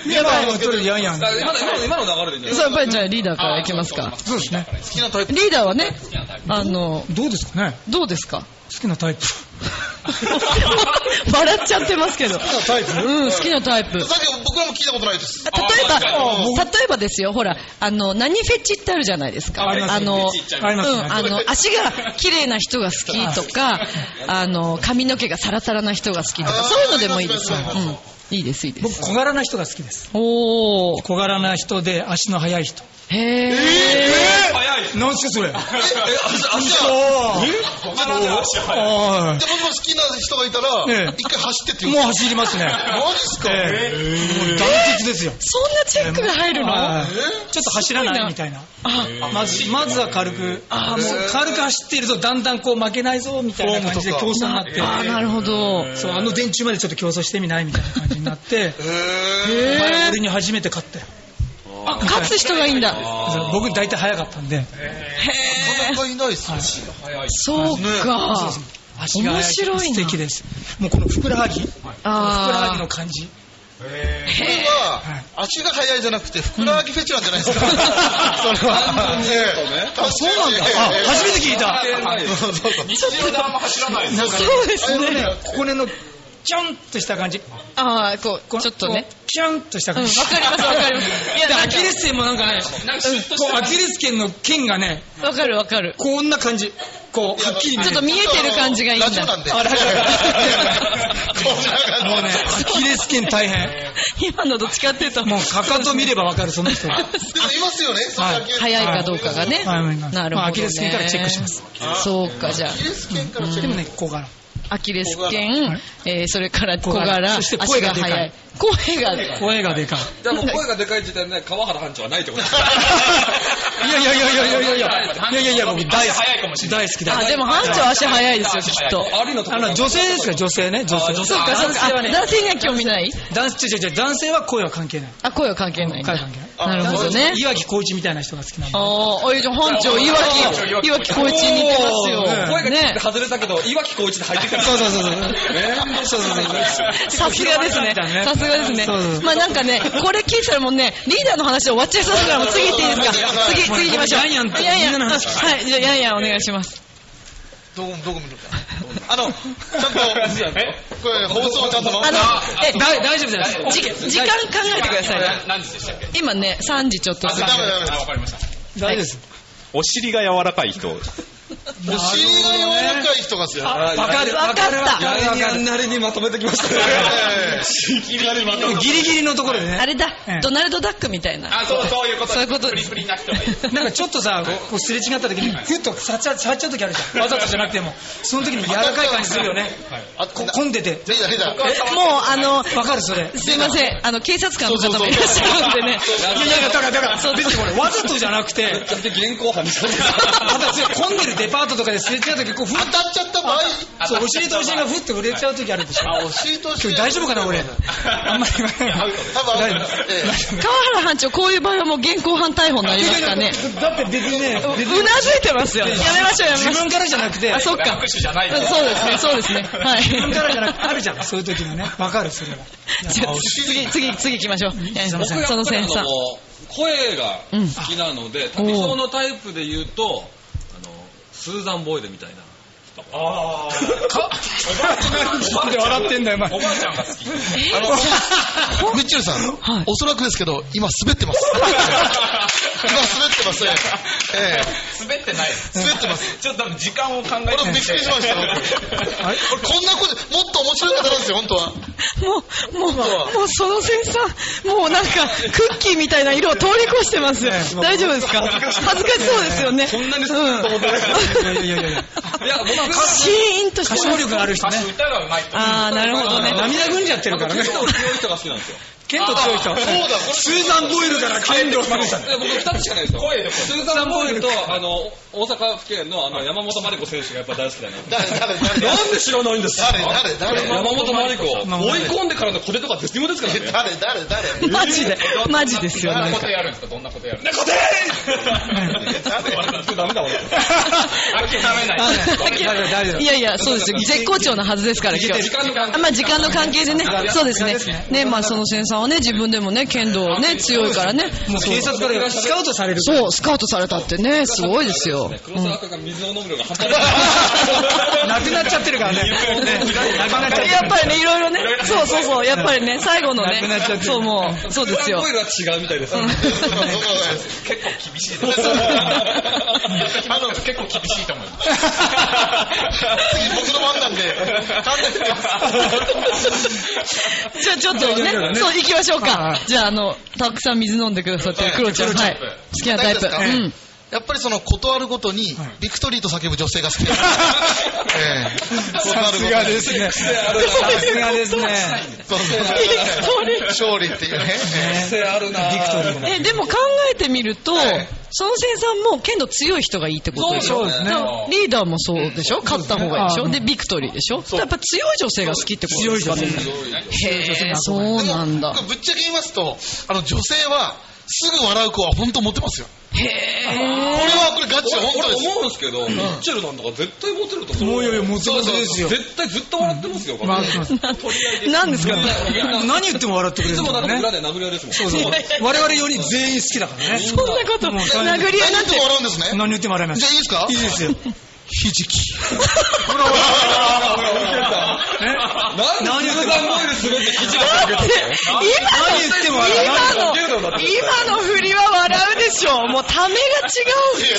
Speaker 4: 今は一人でやんやん。
Speaker 3: だから今の今の今の流れでいいん
Speaker 1: そ
Speaker 3: じ
Speaker 1: うや
Speaker 3: ゃ
Speaker 1: っぱりじゃあリーダーからいきますか。
Speaker 4: そうですね。
Speaker 2: 好きなタイプ。
Speaker 1: リーダーはね、あの、
Speaker 4: どうですかね
Speaker 1: どうですか
Speaker 4: 好きなタイプ。
Speaker 1: 笑っちゃってますけど。好きなタイプうん、好きなタイプ。例え
Speaker 2: さっき僕らも聞いたことないです。
Speaker 1: ば、例えばですよ、ほら、あの、何フェチってあるじゃないですか。
Speaker 4: ああります
Speaker 1: の、
Speaker 4: あり
Speaker 1: う
Speaker 4: ますね
Speaker 1: ん、あの、足が綺麗な人が好 きとか、あの、髪の毛がサラサラな人が好きとか、そういうのでもいいですよ。うん。いいです、いいです。
Speaker 4: 僕、小柄な人が好きです。
Speaker 1: おー。
Speaker 4: 小柄な人で足の速い人。
Speaker 1: へー。
Speaker 5: 早い。
Speaker 4: 何すかそれ。
Speaker 5: え
Speaker 2: え、足、足
Speaker 4: そう
Speaker 2: は。
Speaker 5: 小柄な足早い。
Speaker 4: おい
Speaker 2: で、僕も好きな人がいたら
Speaker 4: ええ、
Speaker 2: 一回走ってって言
Speaker 4: もう
Speaker 2: う。
Speaker 4: 走りますね。
Speaker 2: マジっすか
Speaker 4: ええもう断絶ですよ。
Speaker 1: そんなチェックが入るの
Speaker 4: はい
Speaker 1: あ
Speaker 4: ちょっと走らないみたいな。まず、まずは軽く、あもう軽く走っているとだんだんこう負けないぞみたいな感じで競争になって。
Speaker 1: ー、なるほど。
Speaker 4: そう、あの電柱までちょっと競争してみないみたいな感じになって、
Speaker 2: へ
Speaker 4: お前俺に初めて勝ったよ。
Speaker 1: あ、勝つ人がいいんだ。
Speaker 4: 僕大体早かったんで、
Speaker 2: ぇなかなかいないっすね。
Speaker 1: そうか。
Speaker 4: 足が速
Speaker 1: 面白いな
Speaker 4: 素敵です。もうこのふくらはぎ、ふくらはぎ
Speaker 1: あ
Speaker 4: の感じ。
Speaker 2: これは、足が速いじゃなくて、ふくらはぎフェチなんじゃないですか。 それは。ええ
Speaker 4: あ、そうなんだ。あ、
Speaker 2: ええ
Speaker 4: 初めて聞いた。
Speaker 2: そうそうそう。
Speaker 5: 日常であんま走らないです
Speaker 1: ー。そうですね。
Speaker 4: ここねの、ちょんとした感じ。
Speaker 1: あー、こう、ちょっとね。。
Speaker 4: キュンとした
Speaker 1: うん、
Speaker 4: 感
Speaker 1: わ
Speaker 4: じ。
Speaker 1: かります、わかります。 いや、
Speaker 4: で、
Speaker 1: な
Speaker 4: ア
Speaker 1: んか
Speaker 4: キレス腱もなんかね、
Speaker 5: なんかシュッと
Speaker 4: こ
Speaker 5: し
Speaker 4: う
Speaker 5: て
Speaker 4: ア
Speaker 5: る。
Speaker 4: キレス腱の腱がね、
Speaker 1: わかるわかる。
Speaker 4: こんな感じ。こう、はっきり見
Speaker 1: ちょっと
Speaker 4: る
Speaker 1: 見えてる感じがいいんだ
Speaker 2: ラジオなんで。
Speaker 4: あラ ジオ
Speaker 2: こんな感じ。
Speaker 4: もうね、アキレス腱大変。
Speaker 1: 今のどっちかっていうと、
Speaker 4: もう、かかと見ればわかる、その人が。
Speaker 2: でもいますよね、
Speaker 4: はい
Speaker 1: 早いかどうかがね。
Speaker 4: はい
Speaker 1: なるほど、ね。
Speaker 4: まあアキレス腱からチェックします。
Speaker 1: そうか、じゃあ
Speaker 2: イ。エス圏からチェッ
Speaker 4: で
Speaker 2: ク
Speaker 4: もね、小柄。
Speaker 1: アキレス腱
Speaker 4: はい、
Speaker 1: えーそれから小
Speaker 4: 小柄
Speaker 1: 柄、
Speaker 4: そして
Speaker 1: 足
Speaker 4: 声
Speaker 1: が
Speaker 4: がでかい
Speaker 1: 速い。声が、
Speaker 4: 声がでかい。
Speaker 3: じゃあもう声がでかい時点で川原班長はないってことですね。
Speaker 4: いやいやいやいやいやいやいやいやいやいや、僕大好
Speaker 5: 足早いかもしれ
Speaker 4: き。
Speaker 5: ない
Speaker 4: 大好きだ
Speaker 1: あ、。でも班長足速いですよ、きっと。
Speaker 3: ありのとこ
Speaker 4: あの、女性ですか、女性ね、女性。
Speaker 5: 女性
Speaker 1: そうか、そう
Speaker 4: 男性
Speaker 1: か。
Speaker 4: は
Speaker 1: あ
Speaker 4: ね、
Speaker 1: 男性には興味ない
Speaker 4: 男性、違う違う違う、男性は声は関係ない。
Speaker 1: あ、声は関係ないんだ。
Speaker 4: 声は関係ない。
Speaker 1: なるほどね。
Speaker 4: 岩城浩一みたいな人が好きなんで。
Speaker 1: あーあ、いいじゃん、班長、岩城、岩城浩一に似てますよ
Speaker 4: おー。
Speaker 3: 声がちょっ
Speaker 1: ね
Speaker 3: と。外れたけど、岩木浩一で入ってきた。
Speaker 4: そうそ うそうそう。そうそうそう。
Speaker 1: さすがですね。さすがですね
Speaker 4: そうそう。
Speaker 1: まあなんかね、これ聞いたらもうね、リーダーの話終わっちゃいそうだから、もう次行っていいですか次、次行きましょう。
Speaker 4: ヤンヤンと
Speaker 1: ヤンヤン
Speaker 4: みんなの話
Speaker 1: あはい、じゃあヤンヤンお願いします。
Speaker 2: どこ、どこ見るか。あの、ちゃんと、
Speaker 5: え
Speaker 2: これ放送ちゃんと
Speaker 1: あの、え、
Speaker 4: 大大丈夫です。
Speaker 1: じ時間考えてくださいね。
Speaker 5: 何時でしたっけ
Speaker 1: 今ね、3時ちょっと過ぎ
Speaker 2: ダメダメダ
Speaker 5: あ、
Speaker 2: メ
Speaker 5: わかりました。
Speaker 4: 大丈夫です。
Speaker 5: お尻が柔らかい人。
Speaker 2: お尻が柔らかい人が好きだ
Speaker 4: わかる。
Speaker 1: わかった
Speaker 4: わ かるわかる
Speaker 3: なりにまとめてきましたね。
Speaker 2: ええ
Speaker 4: ギリギリのところで
Speaker 1: あ
Speaker 4: ね。
Speaker 1: れ
Speaker 4: え
Speaker 1: だ
Speaker 4: え、
Speaker 1: ドナルド・ダックみたいな。
Speaker 5: あ、そう、そういうこと。
Speaker 1: そういうこと
Speaker 5: プリプリな人がいい。
Speaker 4: なんかちょっとさ、こうすれ違った時に、ふっと触っちゃ触っちゃう時あるじゃん。わざとじゃなくても。その時に柔らかい感じするよね。
Speaker 2: あ、ここ、
Speaker 4: 混んでて。
Speaker 2: リーダー、リーダー。
Speaker 1: えもう、あの、
Speaker 4: わかるそれ。
Speaker 1: すいません、あの、警察官の方もいらっしゃるんでね。
Speaker 4: いやいや、だから、だから、
Speaker 1: そう
Speaker 4: 別にこれ、わざとじゃなくて、
Speaker 3: ちゃんと現行犯にしたんです
Speaker 4: また混んでるデパートとかですれ違うとき、こう、ふっ
Speaker 2: 当たっちゃった場合、
Speaker 4: そう、お尻とお尻がふっと触れちゃうときあるでしょ。
Speaker 2: お尻と
Speaker 4: 今
Speaker 2: して。
Speaker 4: 日大丈夫かな、俺。あんまり言わない。
Speaker 2: 多分、
Speaker 4: 大丈
Speaker 2: ええ
Speaker 1: 川原班長、こういう場合はもう現行犯逮捕になりますからね。
Speaker 4: 夫。だって別にね、
Speaker 1: うなず
Speaker 4: 別に
Speaker 1: いてますよ。 やめましょう、やめま
Speaker 4: 自
Speaker 1: しょ
Speaker 4: 分からじゃなくて
Speaker 1: う。あ、、そっか。
Speaker 5: 握手じゃない
Speaker 1: うんそうですね、そうですね。はい。
Speaker 4: 自分からじ ゃなくて、あるじゃん、そういう時のね。わかる、それは。
Speaker 1: じゃあ次、次、次行きましょう。
Speaker 4: すいません
Speaker 1: その
Speaker 3: 僕
Speaker 1: セ
Speaker 3: やっぱりあ
Speaker 1: ンサー。
Speaker 3: の声が好きなので、滝沢のタイプで言うと、あの、スーザン・ボイルみたいな。
Speaker 5: あ
Speaker 4: なんで笑ってんだよ、お前
Speaker 5: ー。おばあちゃんが好き。
Speaker 2: あの、ミッチェルさん、
Speaker 1: はい
Speaker 2: おそらくですけど、今滑ってます。今滑ってます。ええ
Speaker 5: 滑ってない。
Speaker 2: 滑ってます。
Speaker 5: ちょっと多分時間を考えて
Speaker 2: 俺びっくりしました
Speaker 4: あれ
Speaker 2: 俺こんなこと、もっと面白い方なんですよ、本当は。
Speaker 1: もう、もう、もうそのセンサー、もうなんか、クッキーみたいな色を通り越してますよ。大丈夫ですか恥ずかしそうですよね。こんなにすると思ってない
Speaker 4: いやいやいやいや。
Speaker 5: いや、僕 は歌
Speaker 1: シーンとしてま
Speaker 4: 歌
Speaker 1: す
Speaker 4: 唱力がある人ね。
Speaker 5: 歌がうまいと。
Speaker 1: あー、なるほどね。
Speaker 4: 涙ぐんじゃってるからね
Speaker 3: 剣。道強い人が好きなんですよ。
Speaker 4: 剣と強い人。スーザン・ボイルから剣道までした。
Speaker 3: で僕2つしかないですよ。声でスーザン・ボイルと、あの、大阪府県のあの山本真理子選手がやっぱ大好きだな。
Speaker 2: 誰、誰、誰、
Speaker 3: なんで知らないんですか
Speaker 2: 誰、誰、誰、
Speaker 3: 山本真理子、追い込んでからの小手とか絶妙ですからね。
Speaker 2: 誰、誰、誰。
Speaker 1: マジで、マジですよ。
Speaker 5: どん
Speaker 1: なん
Speaker 5: なこ
Speaker 1: か
Speaker 5: とやるんですかどんなことやるんですか
Speaker 3: 小手ダメだ俺。
Speaker 5: 諦めない。
Speaker 4: 大丈夫
Speaker 1: いやいや、そうですよ。絶好調なはずですから、今日。あまあ、時間の関係でね。そうですね。ね、まあ、そのセンサーはね、自分でもね、剣道ね、強いからね。
Speaker 4: もう警察からスカウトされる。
Speaker 1: そう、スカウトされたってね、すごいですよ。
Speaker 3: 黒沢君が水を飲むのが半端
Speaker 4: なくなっちゃってるからね。なくなっちゃって
Speaker 1: やっ
Speaker 4: る。
Speaker 1: ぱりね、いろいろね。そうそうそう、やっぱりね、最後のね
Speaker 4: なくなっちゃっ。て
Speaker 1: そう、もう、そう ですよ
Speaker 3: ボイ。ルは違うみたいです。
Speaker 2: そんなことないです
Speaker 5: 結構厳しいです。
Speaker 2: あ の
Speaker 5: 結構厳しいと思います。
Speaker 2: 次僕の番なんで、
Speaker 1: じゃあ ちょっとね、そう、行きましょうか。じゃあ、あの、たくさん水飲んでくださってるクロちゃん。はい。好きなタイプ。うん。
Speaker 2: やっぱりその断るごとに、ビクトリーと叫ぶ女性が好きです。
Speaker 4: さすがですね。さすがですね。
Speaker 2: 勝利っていうね。
Speaker 3: 癖あるな。
Speaker 1: ビクトリー。え、でも考えてみると、孫正さんも剣道強い人がいいってことでしょリーダーもそうでしょ勝った方がいいでしょで、ビクトリーでしょやっぱ強い女性が好きってことですかね。へぇ、そうなんだ。
Speaker 2: ぶっちゃけ言いますと、あの女性は、すぐ笑う子は本当モテますよ。
Speaker 1: へ
Speaker 2: これはこれガチで
Speaker 3: 本当です。俺思うんですけど、ミッチェルなんとか絶対モテると思
Speaker 4: う。よいやモテますですよ。
Speaker 3: 絶対ずっと笑ってますよ。
Speaker 1: 何ですか
Speaker 4: 何言っても笑ってくれる。
Speaker 3: いつもだって裏で殴り合いですもん。そうそう。
Speaker 4: 我々4人全員好きだからね。
Speaker 1: そんなこと、殴り合いなん
Speaker 2: て。何言っても笑うんですね。
Speaker 4: 何言っても笑います。
Speaker 2: じゃあいいですか
Speaker 4: いいですよ。
Speaker 2: ひじき。
Speaker 3: 何言ってもボイルするって肘が下げて
Speaker 1: 今の、今の、今の振りは笑うでしょ。もうためが違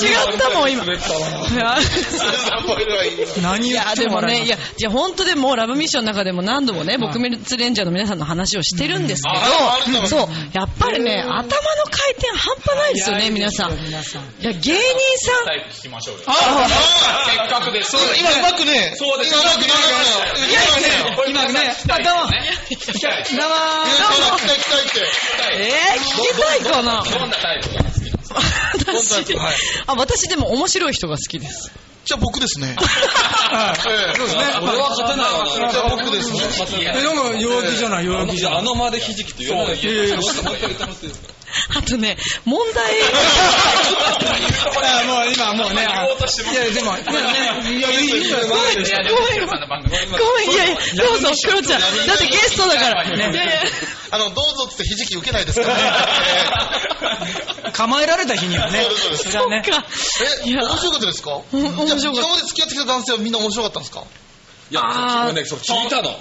Speaker 1: う、違ったもん、今。
Speaker 4: 何
Speaker 1: いや、でもね、いや、じゃ本当でもラブミッションの中でも何度もね、僕メルツレンジャーの皆さんの話をしてるんですけど、そう、やっぱりね、頭の回転半端ないですよね、皆さん。いや、芸人さん。
Speaker 5: せっかくで、そう
Speaker 2: 今うまくね、
Speaker 5: そうです。
Speaker 2: 今うまくね、
Speaker 4: 今ね、あ、
Speaker 5: 聞きたい。
Speaker 4: どうも。どうも。
Speaker 2: 聞きたい、聞きたいって。
Speaker 1: えー、聞きたいかな
Speaker 5: どんなタイプが好きなんですか
Speaker 1: 私、あ、私でも面白い人が好きです。
Speaker 2: じゃあ僕ですね。
Speaker 4: そうですね。
Speaker 3: 俺は勝てない
Speaker 2: わ。じゃあ僕ですね。
Speaker 4: え、でも弱気じゃない、弱気じゃ
Speaker 3: あの間でひじきって言わない。いやいや、もう一回言ってもらっていいですか
Speaker 1: あとね、問題。い
Speaker 4: や、もう今、もうね。いや、でも、
Speaker 1: いや、いいごめん、ごめん、ごめん、いやいや、どうぞ、クロちゃん。だってゲストだから。いやいや。
Speaker 2: あの、どうぞってひじき受けないですから
Speaker 4: ね。構えられた日にはね。
Speaker 1: そうか。
Speaker 2: え、面白かったですか面白かった。今まで付き合ってきた男性はみんな面白かったんですか
Speaker 3: いや、もうね、そう聞いたの。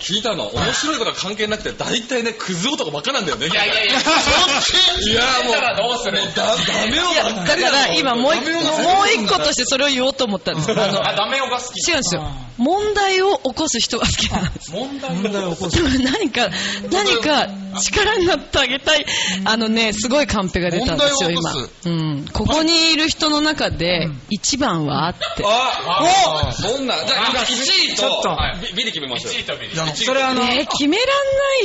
Speaker 3: 聞いたの。面白いことは関係なくて、大体ね、クズ男ばっかなんだよね。
Speaker 5: いやいやいや、そ
Speaker 3: っちいや、も
Speaker 5: う、どうする
Speaker 3: ダメ
Speaker 1: をだから今、もう一個としてそれを言おうと思ったんですあ
Speaker 5: の、ダメをが好き。
Speaker 1: 違うんですよ。問題を起こす人が好きなんです。
Speaker 5: 問題
Speaker 1: を起こす何か、何か力になってあげたい。あのね、すごいカンペが出たんですよ、今。うん。ここにいる人の中で、一番はって。
Speaker 3: あ、おそんな、じゃあ、1位ちょっと、ビリ決めましょう。1位とビ リ。
Speaker 1: それあの、え決めらん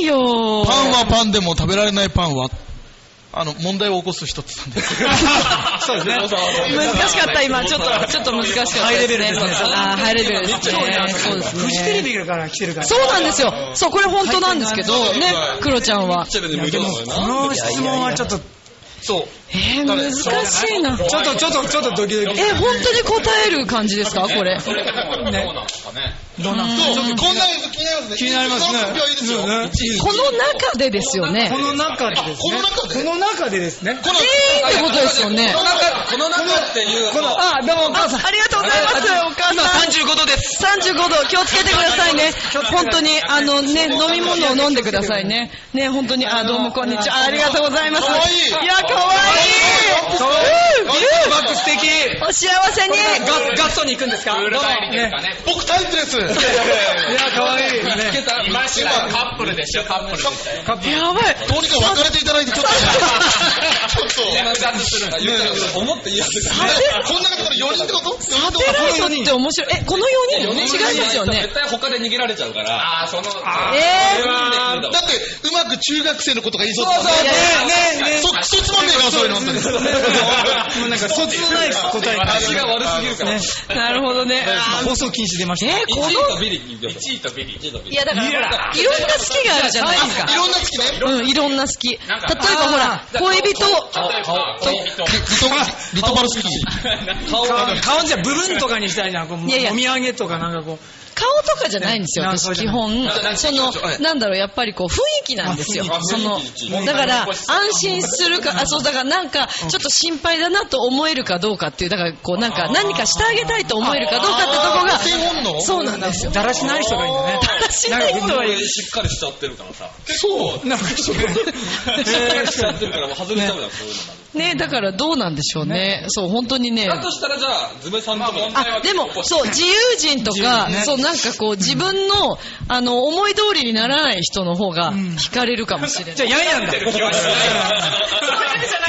Speaker 1: ないよ。
Speaker 2: パンはパンでも食べられないパンはあの、問題を起こす人って言ったんで。
Speaker 4: そうですね。
Speaker 1: 難しかった、今。ちょっと、ちょっと難しかった。
Speaker 4: ハイレベルですね。
Speaker 1: あハイレベルですね。そうですね。
Speaker 4: フジテレビから来てるから。
Speaker 1: そうなんですよ。そう、これ本当なんですけど、ね、クロちゃんは。
Speaker 4: でも、この質問はちょっと、
Speaker 2: そう。
Speaker 1: えー、難しいな。
Speaker 4: ちょっと、ちょっと、ちょっとドキドキ。
Speaker 1: え、本当に答える感じですかこれ。
Speaker 5: それでも、どうなんですかね。
Speaker 4: どうなんです
Speaker 2: かこんなの気になりますね。
Speaker 4: 気になりますね。
Speaker 1: この中でですよね。
Speaker 4: この中でですね。この中でですね。
Speaker 1: この中で。ってことですよね。
Speaker 3: この中、この中っていう。
Speaker 4: この、あ、どうもお母さん。
Speaker 1: ありがとうございます、お母さ
Speaker 4: ん。今35度です。
Speaker 1: 35度、気をつけてくださいね。本当に、あのね、飲み物を飲んでくださいね。ね、本当に、あ、どうもこんにちは。ありがとうございます。かわいい。いや、かわいい。いい
Speaker 4: バック素敵
Speaker 1: お幸せに
Speaker 4: ガガストに行くんですか
Speaker 2: 僕タイプですいや、
Speaker 4: かわいい。
Speaker 5: 見つけた、今、カップルでしょ、カップル。
Speaker 1: やばい。
Speaker 2: どうにか別れていただいて、ちょっと。ちょ
Speaker 5: っ
Speaker 3: と。思っていいやつですね。
Speaker 2: こんなこと4人ってこと
Speaker 1: サテライトって面白い。え、この4人違いますよね。
Speaker 3: 絶対他で逃げられちゃうから。
Speaker 5: あ、その、
Speaker 1: え
Speaker 2: だって、うまく中学生のことが言いそう
Speaker 4: そうそう、ねえ、ねえ。
Speaker 2: そ、つまんねえから、そういうの。本当に。
Speaker 4: もうなんか、そつのない答えが。
Speaker 3: 私が悪すぎるから。
Speaker 1: なるほどね。
Speaker 4: 放送禁止出ました。
Speaker 1: え、この、
Speaker 5: 1位とビリ。
Speaker 1: いやだから、いろんな好きがあるじゃないですか。
Speaker 2: いろんな好き
Speaker 1: ね。うん、いろんな好き。例えばほら、恋人。
Speaker 2: 恋人。リトバル好
Speaker 4: き。顔じゃブルンとかにしたいな、こう、お土産とかなんかこう。
Speaker 1: 顔とかじゃないんですよ、私基本。その、なんだろう、やっぱりこう、雰囲気なんですよ。その、だから、安心するか、あ、そう、だからなんか、ちょっと心配だなと思えるかどうかっていう、だからこう、なんか、何かしてあげたいと思えるかどうかってとこが、
Speaker 2: の
Speaker 1: そうなんですよ。
Speaker 4: だらしない人がいいんだね。
Speaker 1: だらしない人
Speaker 4: なんか
Speaker 1: は
Speaker 3: 俺しっかりしちゃってるから さ。
Speaker 2: そう。
Speaker 4: なんかそ う
Speaker 3: しっかりしちゃってるから、もう外れちゃうだろ、そういうのが。
Speaker 1: ね、だからどうなんでしょうね。そう、本当にね。
Speaker 3: だとしたら、じゃあ、ズメさんとか。
Speaker 1: あ、でも、そう、自由人とか、
Speaker 4: 自由人ね
Speaker 1: そう、なんかこう、自分の、あの、思い通りにならない人の方が、惹かれるかもしれ
Speaker 4: じ
Speaker 1: な
Speaker 4: ゃ
Speaker 1: い。
Speaker 4: あ、ヤンヤ ンだ。
Speaker 5: る気はしない。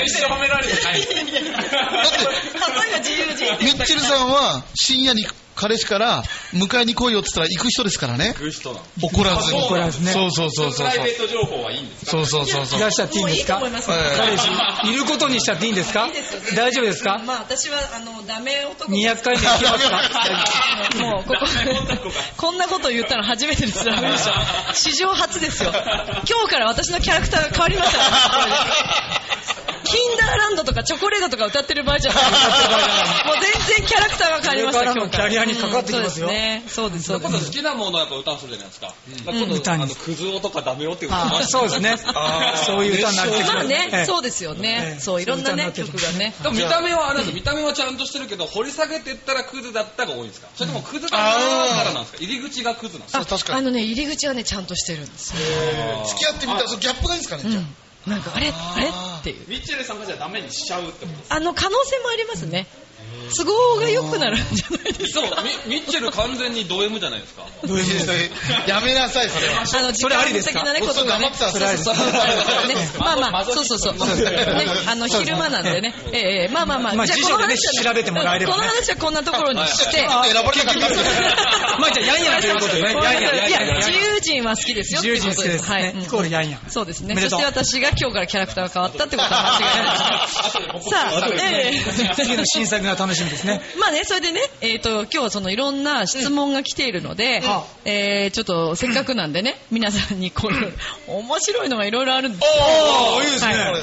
Speaker 5: 決して褒められてない。
Speaker 1: えば自由人
Speaker 2: ミッチェルさんは深夜に彼氏から迎えに来いよって言ったら行く人ですからね。
Speaker 3: 行く人なの。
Speaker 2: 怒らずに。
Speaker 4: 怒らずね
Speaker 2: そうそうそう
Speaker 5: プ
Speaker 2: そう
Speaker 5: ライベー
Speaker 2: そ
Speaker 5: ト情報はいいんですか
Speaker 2: う。そうそうそう
Speaker 4: い
Speaker 2: そ
Speaker 4: ら
Speaker 2: う
Speaker 4: っ。しゃっていいんですか
Speaker 1: もういいと思います
Speaker 2: ええ
Speaker 4: 彼氏、いることにしちゃっていいんですか大丈夫ですか
Speaker 1: まあ、私は、あの、ダメ男。
Speaker 4: ?200 回で行きますか
Speaker 1: もうここ こんなこと言ったの初めてです、ラブミッション史上初ですよ。今日から私のキャラクターが変わりましたから。キンダーランドとかチョコレートとか歌ってる場合じゃない。もう全然キャラクターが変わりました、
Speaker 4: これからも
Speaker 1: 今日から。
Speaker 4: キャリアにかかってきます
Speaker 1: うんそうです
Speaker 4: よ
Speaker 1: ね。そうです、そうで
Speaker 3: 今度好
Speaker 1: す。
Speaker 3: きなものはやっぱ歌うするじゃないですか。だから
Speaker 4: うん歌
Speaker 3: 今
Speaker 4: に
Speaker 3: 度、あの、クズ男とかダメ男っていうこと
Speaker 4: あ
Speaker 3: も
Speaker 4: そうですね。そういう歌になってきます
Speaker 1: まあね、そう
Speaker 4: で
Speaker 1: ですよ
Speaker 4: え
Speaker 1: ね
Speaker 4: え。
Speaker 1: そう、いろんなね、
Speaker 4: そういう
Speaker 1: 曲
Speaker 4: 歌になっ
Speaker 1: がね。
Speaker 4: てる
Speaker 3: でも見た目はあれなんですよ見た目はちゃんとしてるけど、掘り下げていったらクズだったが多いんですかそれともクズだったからなんですか入り口がクズなんですか
Speaker 2: そう確か
Speaker 1: あ
Speaker 2: に。
Speaker 1: のね、入り口はね、ちゃんとしてるんですよ。
Speaker 2: 付き合ってみたら、そのギャップがいいんですかね、
Speaker 1: う
Speaker 2: じゃあ
Speaker 1: ん。なんか、あれあれっていう。
Speaker 5: ミッチェルさんがじゃあダメにしちゃうってこと
Speaker 1: あの、可能性もありますね。都合が良くなるんじゃないです
Speaker 3: そう
Speaker 1: か。、
Speaker 3: ミミッチェル完全にド M じゃないですか。
Speaker 4: す。どういう意味ですか
Speaker 2: やめなさい、それは。
Speaker 1: あの、時
Speaker 4: れあ
Speaker 1: 間
Speaker 4: りですか
Speaker 1: 的なね、
Speaker 2: お
Speaker 1: こ
Speaker 2: っさ
Speaker 1: と
Speaker 2: ん
Speaker 1: がね
Speaker 2: 黙って。たら、
Speaker 4: 辛いです
Speaker 2: そうそうそう
Speaker 1: ね、まあまあ、そうそうそう。ね、あの、昼間なんでね。ええええ、まあまあま
Speaker 4: ま
Speaker 1: あ、
Speaker 4: あ辞書でね
Speaker 1: は
Speaker 4: 調べてもらえればね
Speaker 1: この話はこんなところにして。
Speaker 2: あ選ばれなかったんですよ
Speaker 4: まあじゃあヤンヤンということでね
Speaker 1: ごめんなさい
Speaker 4: ヤンヤン
Speaker 1: いや
Speaker 4: ヤンヤン
Speaker 1: 自由人は好きですよ。
Speaker 4: 自由人好きです
Speaker 1: っていうこと
Speaker 4: イコールヤンヤン
Speaker 1: そうですね。
Speaker 4: おめ
Speaker 1: そし
Speaker 4: でとう
Speaker 1: て私が今日からキャラクターが変わったってことは間違いないです。さ あ、ええ
Speaker 4: 次の新作が楽しみですね。
Speaker 1: まあね、それでね、えっ、と、今日はそのいろんな質問が来ているので、えーちょっとせっかくなんでね、皆さんにこれ、面白いのがいろいろあるんです
Speaker 4: おーいいですね
Speaker 1: はい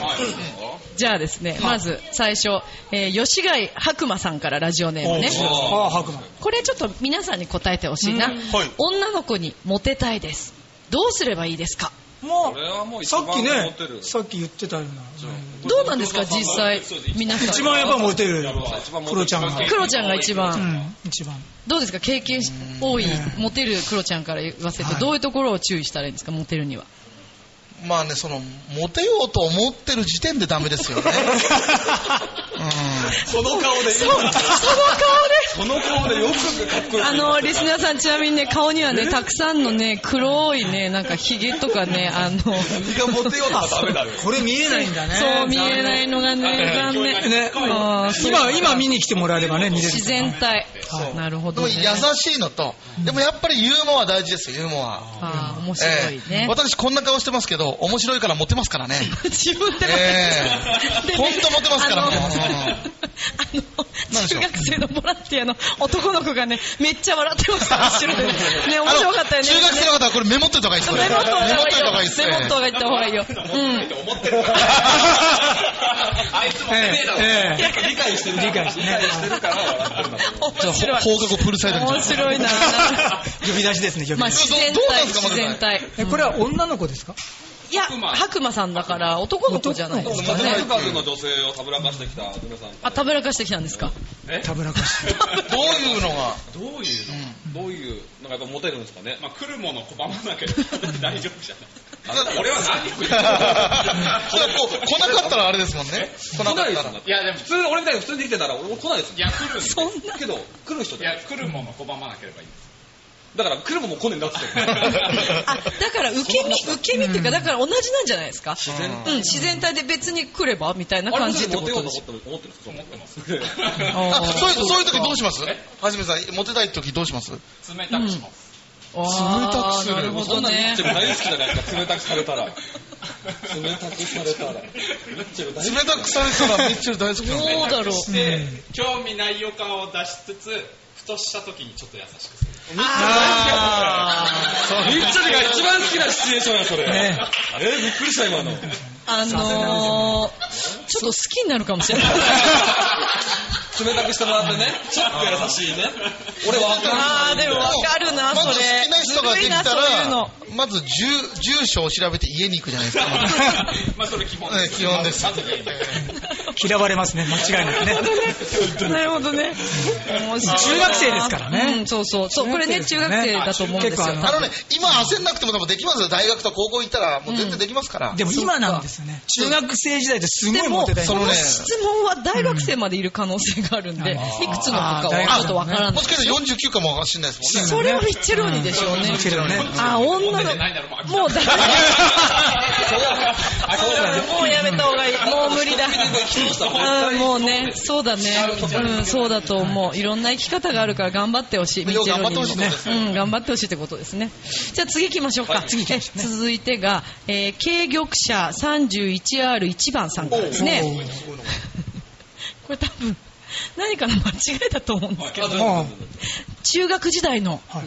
Speaker 1: じゃあですね、まず最初、えー吉貝白馬さんからラジオネームね。
Speaker 4: ああ、白馬。
Speaker 1: これちょっと皆さんに答えてほしいな、
Speaker 2: はい
Speaker 1: 女の子にモテたいです。どうすればいいですか
Speaker 4: も
Speaker 3: これはもう
Speaker 4: う、
Speaker 3: 一
Speaker 4: さ
Speaker 3: 番
Speaker 4: っき
Speaker 3: モ
Speaker 4: ね
Speaker 3: テる、
Speaker 4: さっき言ってたような。
Speaker 1: どうなんですか、実際
Speaker 3: そうです。
Speaker 1: 皆さ
Speaker 4: 一
Speaker 1: ん。
Speaker 4: 番やっぱモテる
Speaker 3: やっぱ一番。モ
Speaker 4: ク
Speaker 3: テる
Speaker 4: ロちゃんが。
Speaker 1: クロちゃんが一
Speaker 4: う
Speaker 1: 番。
Speaker 4: ん、一番。
Speaker 1: どうですか経験し多い、モテるクロちゃんから言わせて、
Speaker 4: はい
Speaker 1: どういうところを注意したらいいんですか、モテるには。
Speaker 2: まあね、その、モテようと思ってる時点でダメですよね。うん
Speaker 3: その顔で、
Speaker 1: そう、その顔
Speaker 3: その顔でよくかっこ
Speaker 1: で。
Speaker 3: よく
Speaker 1: あの、リスナーさん、ちなみにね、顔にはね、たくさんのね、黒いね、なんかヒゲとかね、あの、
Speaker 3: 何がモテようとかダメだよ。
Speaker 4: これ見えないんだね。
Speaker 1: そう見えないのがね、残念。
Speaker 4: ね
Speaker 1: あーそう
Speaker 4: 今、今見に来てもらえればね、見れる。
Speaker 1: 自然体
Speaker 4: は。い
Speaker 1: なるほ
Speaker 2: で
Speaker 1: ど
Speaker 2: も
Speaker 1: ね。
Speaker 2: 優しいのと、でもやっぱりユーモア大事ですよ、ユーモア。
Speaker 1: あー面白い
Speaker 2: ええ
Speaker 1: ね。
Speaker 2: 私こんな顔してますけど、面白いからモテますからね。
Speaker 1: 自分でも
Speaker 2: ええほんとモテますから
Speaker 1: あの
Speaker 2: もううん
Speaker 1: あの
Speaker 2: なんでし
Speaker 1: 中
Speaker 2: ょう
Speaker 1: 学生のボランティアの男の子がね、めっちゃ笑ってました、後ろでね。ね、 面
Speaker 2: あの
Speaker 1: 白かったよね。
Speaker 2: 中学生の方はこれメモっといた方がいいです、こ
Speaker 1: メ
Speaker 2: れ。
Speaker 1: モっといた
Speaker 2: メモっといた方
Speaker 1: 方
Speaker 2: が
Speaker 1: がい
Speaker 2: いい
Speaker 1: い
Speaker 2: で
Speaker 1: よ。
Speaker 2: す
Speaker 1: メ
Speaker 2: ね。
Speaker 1: モっといた方がいいよ。うん。
Speaker 5: 思ってるから。あいつも
Speaker 4: え
Speaker 5: ねえだろ。
Speaker 4: え、ええ。
Speaker 3: 理解してる。
Speaker 4: 理解してね
Speaker 3: 理解してるから笑ってるんだもん。
Speaker 1: 面
Speaker 2: じゃ
Speaker 1: 白
Speaker 2: あ
Speaker 1: い。
Speaker 2: ほ放課後プールサイドに。
Speaker 1: 面白いな。
Speaker 4: 呼び出しですね、呼び
Speaker 1: まあ
Speaker 4: 出し。
Speaker 1: 自然
Speaker 2: どうなん
Speaker 1: 体、
Speaker 2: ですか
Speaker 1: 自然体。
Speaker 4: え、これは女の子ですか
Speaker 1: いや、白馬さんだから男の子じゃないですか
Speaker 3: 数
Speaker 1: ね。
Speaker 3: 々の女性をたぶらかしてきた、皆さん。
Speaker 1: あ、たぶらかしてきたんですか。
Speaker 4: たぶらかし。
Speaker 2: どういうのが、
Speaker 5: どういう
Speaker 3: どういう、なんかやっぱモテるんですかね
Speaker 5: の。まあ来るもの拒まなければ大丈夫じゃ
Speaker 3: あ
Speaker 5: ない。俺は何食い
Speaker 2: それはこう来なかったらあれですもんね。来なか
Speaker 3: 来ない
Speaker 2: っ
Speaker 3: で
Speaker 2: た
Speaker 3: す
Speaker 2: ら
Speaker 3: もん。いや、でも普通、俺みたいに普通に生きてたら、俺も来ないです
Speaker 5: いや来るんです
Speaker 1: そんな。
Speaker 3: けど、来る人
Speaker 5: い
Speaker 3: だ
Speaker 5: や
Speaker 3: よ。
Speaker 5: 来るもの拒まなければいい。
Speaker 3: だから来るもんも来ねえんだっつって。
Speaker 1: あ、だから受け身、受け身っていうか、だから同じなんじゃないですか。
Speaker 3: 自然
Speaker 1: うん、自然体で別に来ればみたいな
Speaker 3: あれ
Speaker 1: 感
Speaker 3: も
Speaker 1: じ
Speaker 3: ち
Speaker 1: っ
Speaker 3: ょってと
Speaker 1: こ
Speaker 3: モテよ
Speaker 1: と
Speaker 3: う
Speaker 1: で
Speaker 3: と
Speaker 1: す
Speaker 3: 思。ってる思ってます。思ってま
Speaker 2: あ
Speaker 3: す。
Speaker 1: あ
Speaker 2: そういう、そういう時どうしますはじめさん、モテたい時どうします
Speaker 5: 冷たくします。
Speaker 1: あー、
Speaker 2: 冷たくする
Speaker 1: なるほ
Speaker 3: そ
Speaker 1: ど
Speaker 3: んなミッ
Speaker 1: ね
Speaker 3: チェ。ル大好きじゃない ですか、冷たくされたら。冷たくされたら。ミッチェ ル大好き。
Speaker 2: 冷たくされたらめっちゃ大好き
Speaker 1: ど
Speaker 2: なん
Speaker 1: う
Speaker 2: で。
Speaker 1: だろう。
Speaker 5: で興味ない予感を出しつつふとした時にちょっと優しくする。
Speaker 2: そう
Speaker 3: ミッチェルが一番好きなシチュエーションや、それ。え
Speaker 4: ね
Speaker 3: ー、びっくりした、今の。
Speaker 1: あのー、ちょっと好きになるかもしれない。
Speaker 3: 冷たくしてもらってね、ちょっと優しいね。俺わかる。
Speaker 1: あー、でもわかるな、
Speaker 2: まず
Speaker 1: そ
Speaker 2: 好
Speaker 1: れ。
Speaker 2: きな人ができた
Speaker 1: ずるいなそういうの
Speaker 2: ら、まず住 住所を調べて家に行くじゃないですか。
Speaker 5: まあそれ基本
Speaker 2: ええ基本です
Speaker 5: まず家に
Speaker 4: 嫌われますね、間違いなく ね。
Speaker 1: なるほどね。面白い
Speaker 4: 中学生ですからね
Speaker 1: うん、そうそう。そう、これね、中
Speaker 4: 中
Speaker 1: 学
Speaker 4: 学
Speaker 1: 生
Speaker 4: 生
Speaker 1: だ
Speaker 4: で
Speaker 1: と
Speaker 4: すよね
Speaker 1: 思うんですよ。
Speaker 4: 結構
Speaker 2: あのね、今焦んなくても多分できますよ。大学と高校行ったら、もう全然できますから。
Speaker 4: でも今なんですよね。中学生時代ってすご
Speaker 1: で
Speaker 4: い
Speaker 1: も、こ
Speaker 4: モテたい。
Speaker 2: の
Speaker 1: の
Speaker 2: ね
Speaker 1: 質問は大学生までいる可能性があるんで、いくつの子か
Speaker 4: あー
Speaker 1: はちょっとわからな
Speaker 2: も
Speaker 1: い
Speaker 2: し。かしたら49かもしれないですもんね。
Speaker 1: それはミッチェローニでしょうね。
Speaker 4: ミッチェローニね
Speaker 1: あ、女
Speaker 5: モ
Speaker 1: の
Speaker 5: テてないだろもう諦め、
Speaker 1: もうダメ。
Speaker 5: そうだね
Speaker 1: もうやめた方がいい。もう無理だ。
Speaker 3: う
Speaker 1: うんもうね、そうだね。うん、そうだと思う。いろんな生き方があるから頑張ってほしい。ミッチェローニ
Speaker 2: よう頑張ってほしいってことです
Speaker 1: にも。うん、頑張ってほしいってことですね。じゃあ次行きましょうか。え続いてが、えー軽玉車 31R1 番さんからですね。 これ多分、何かの間違いだと思うんですけど。
Speaker 4: もう
Speaker 1: 中学時代の
Speaker 4: はい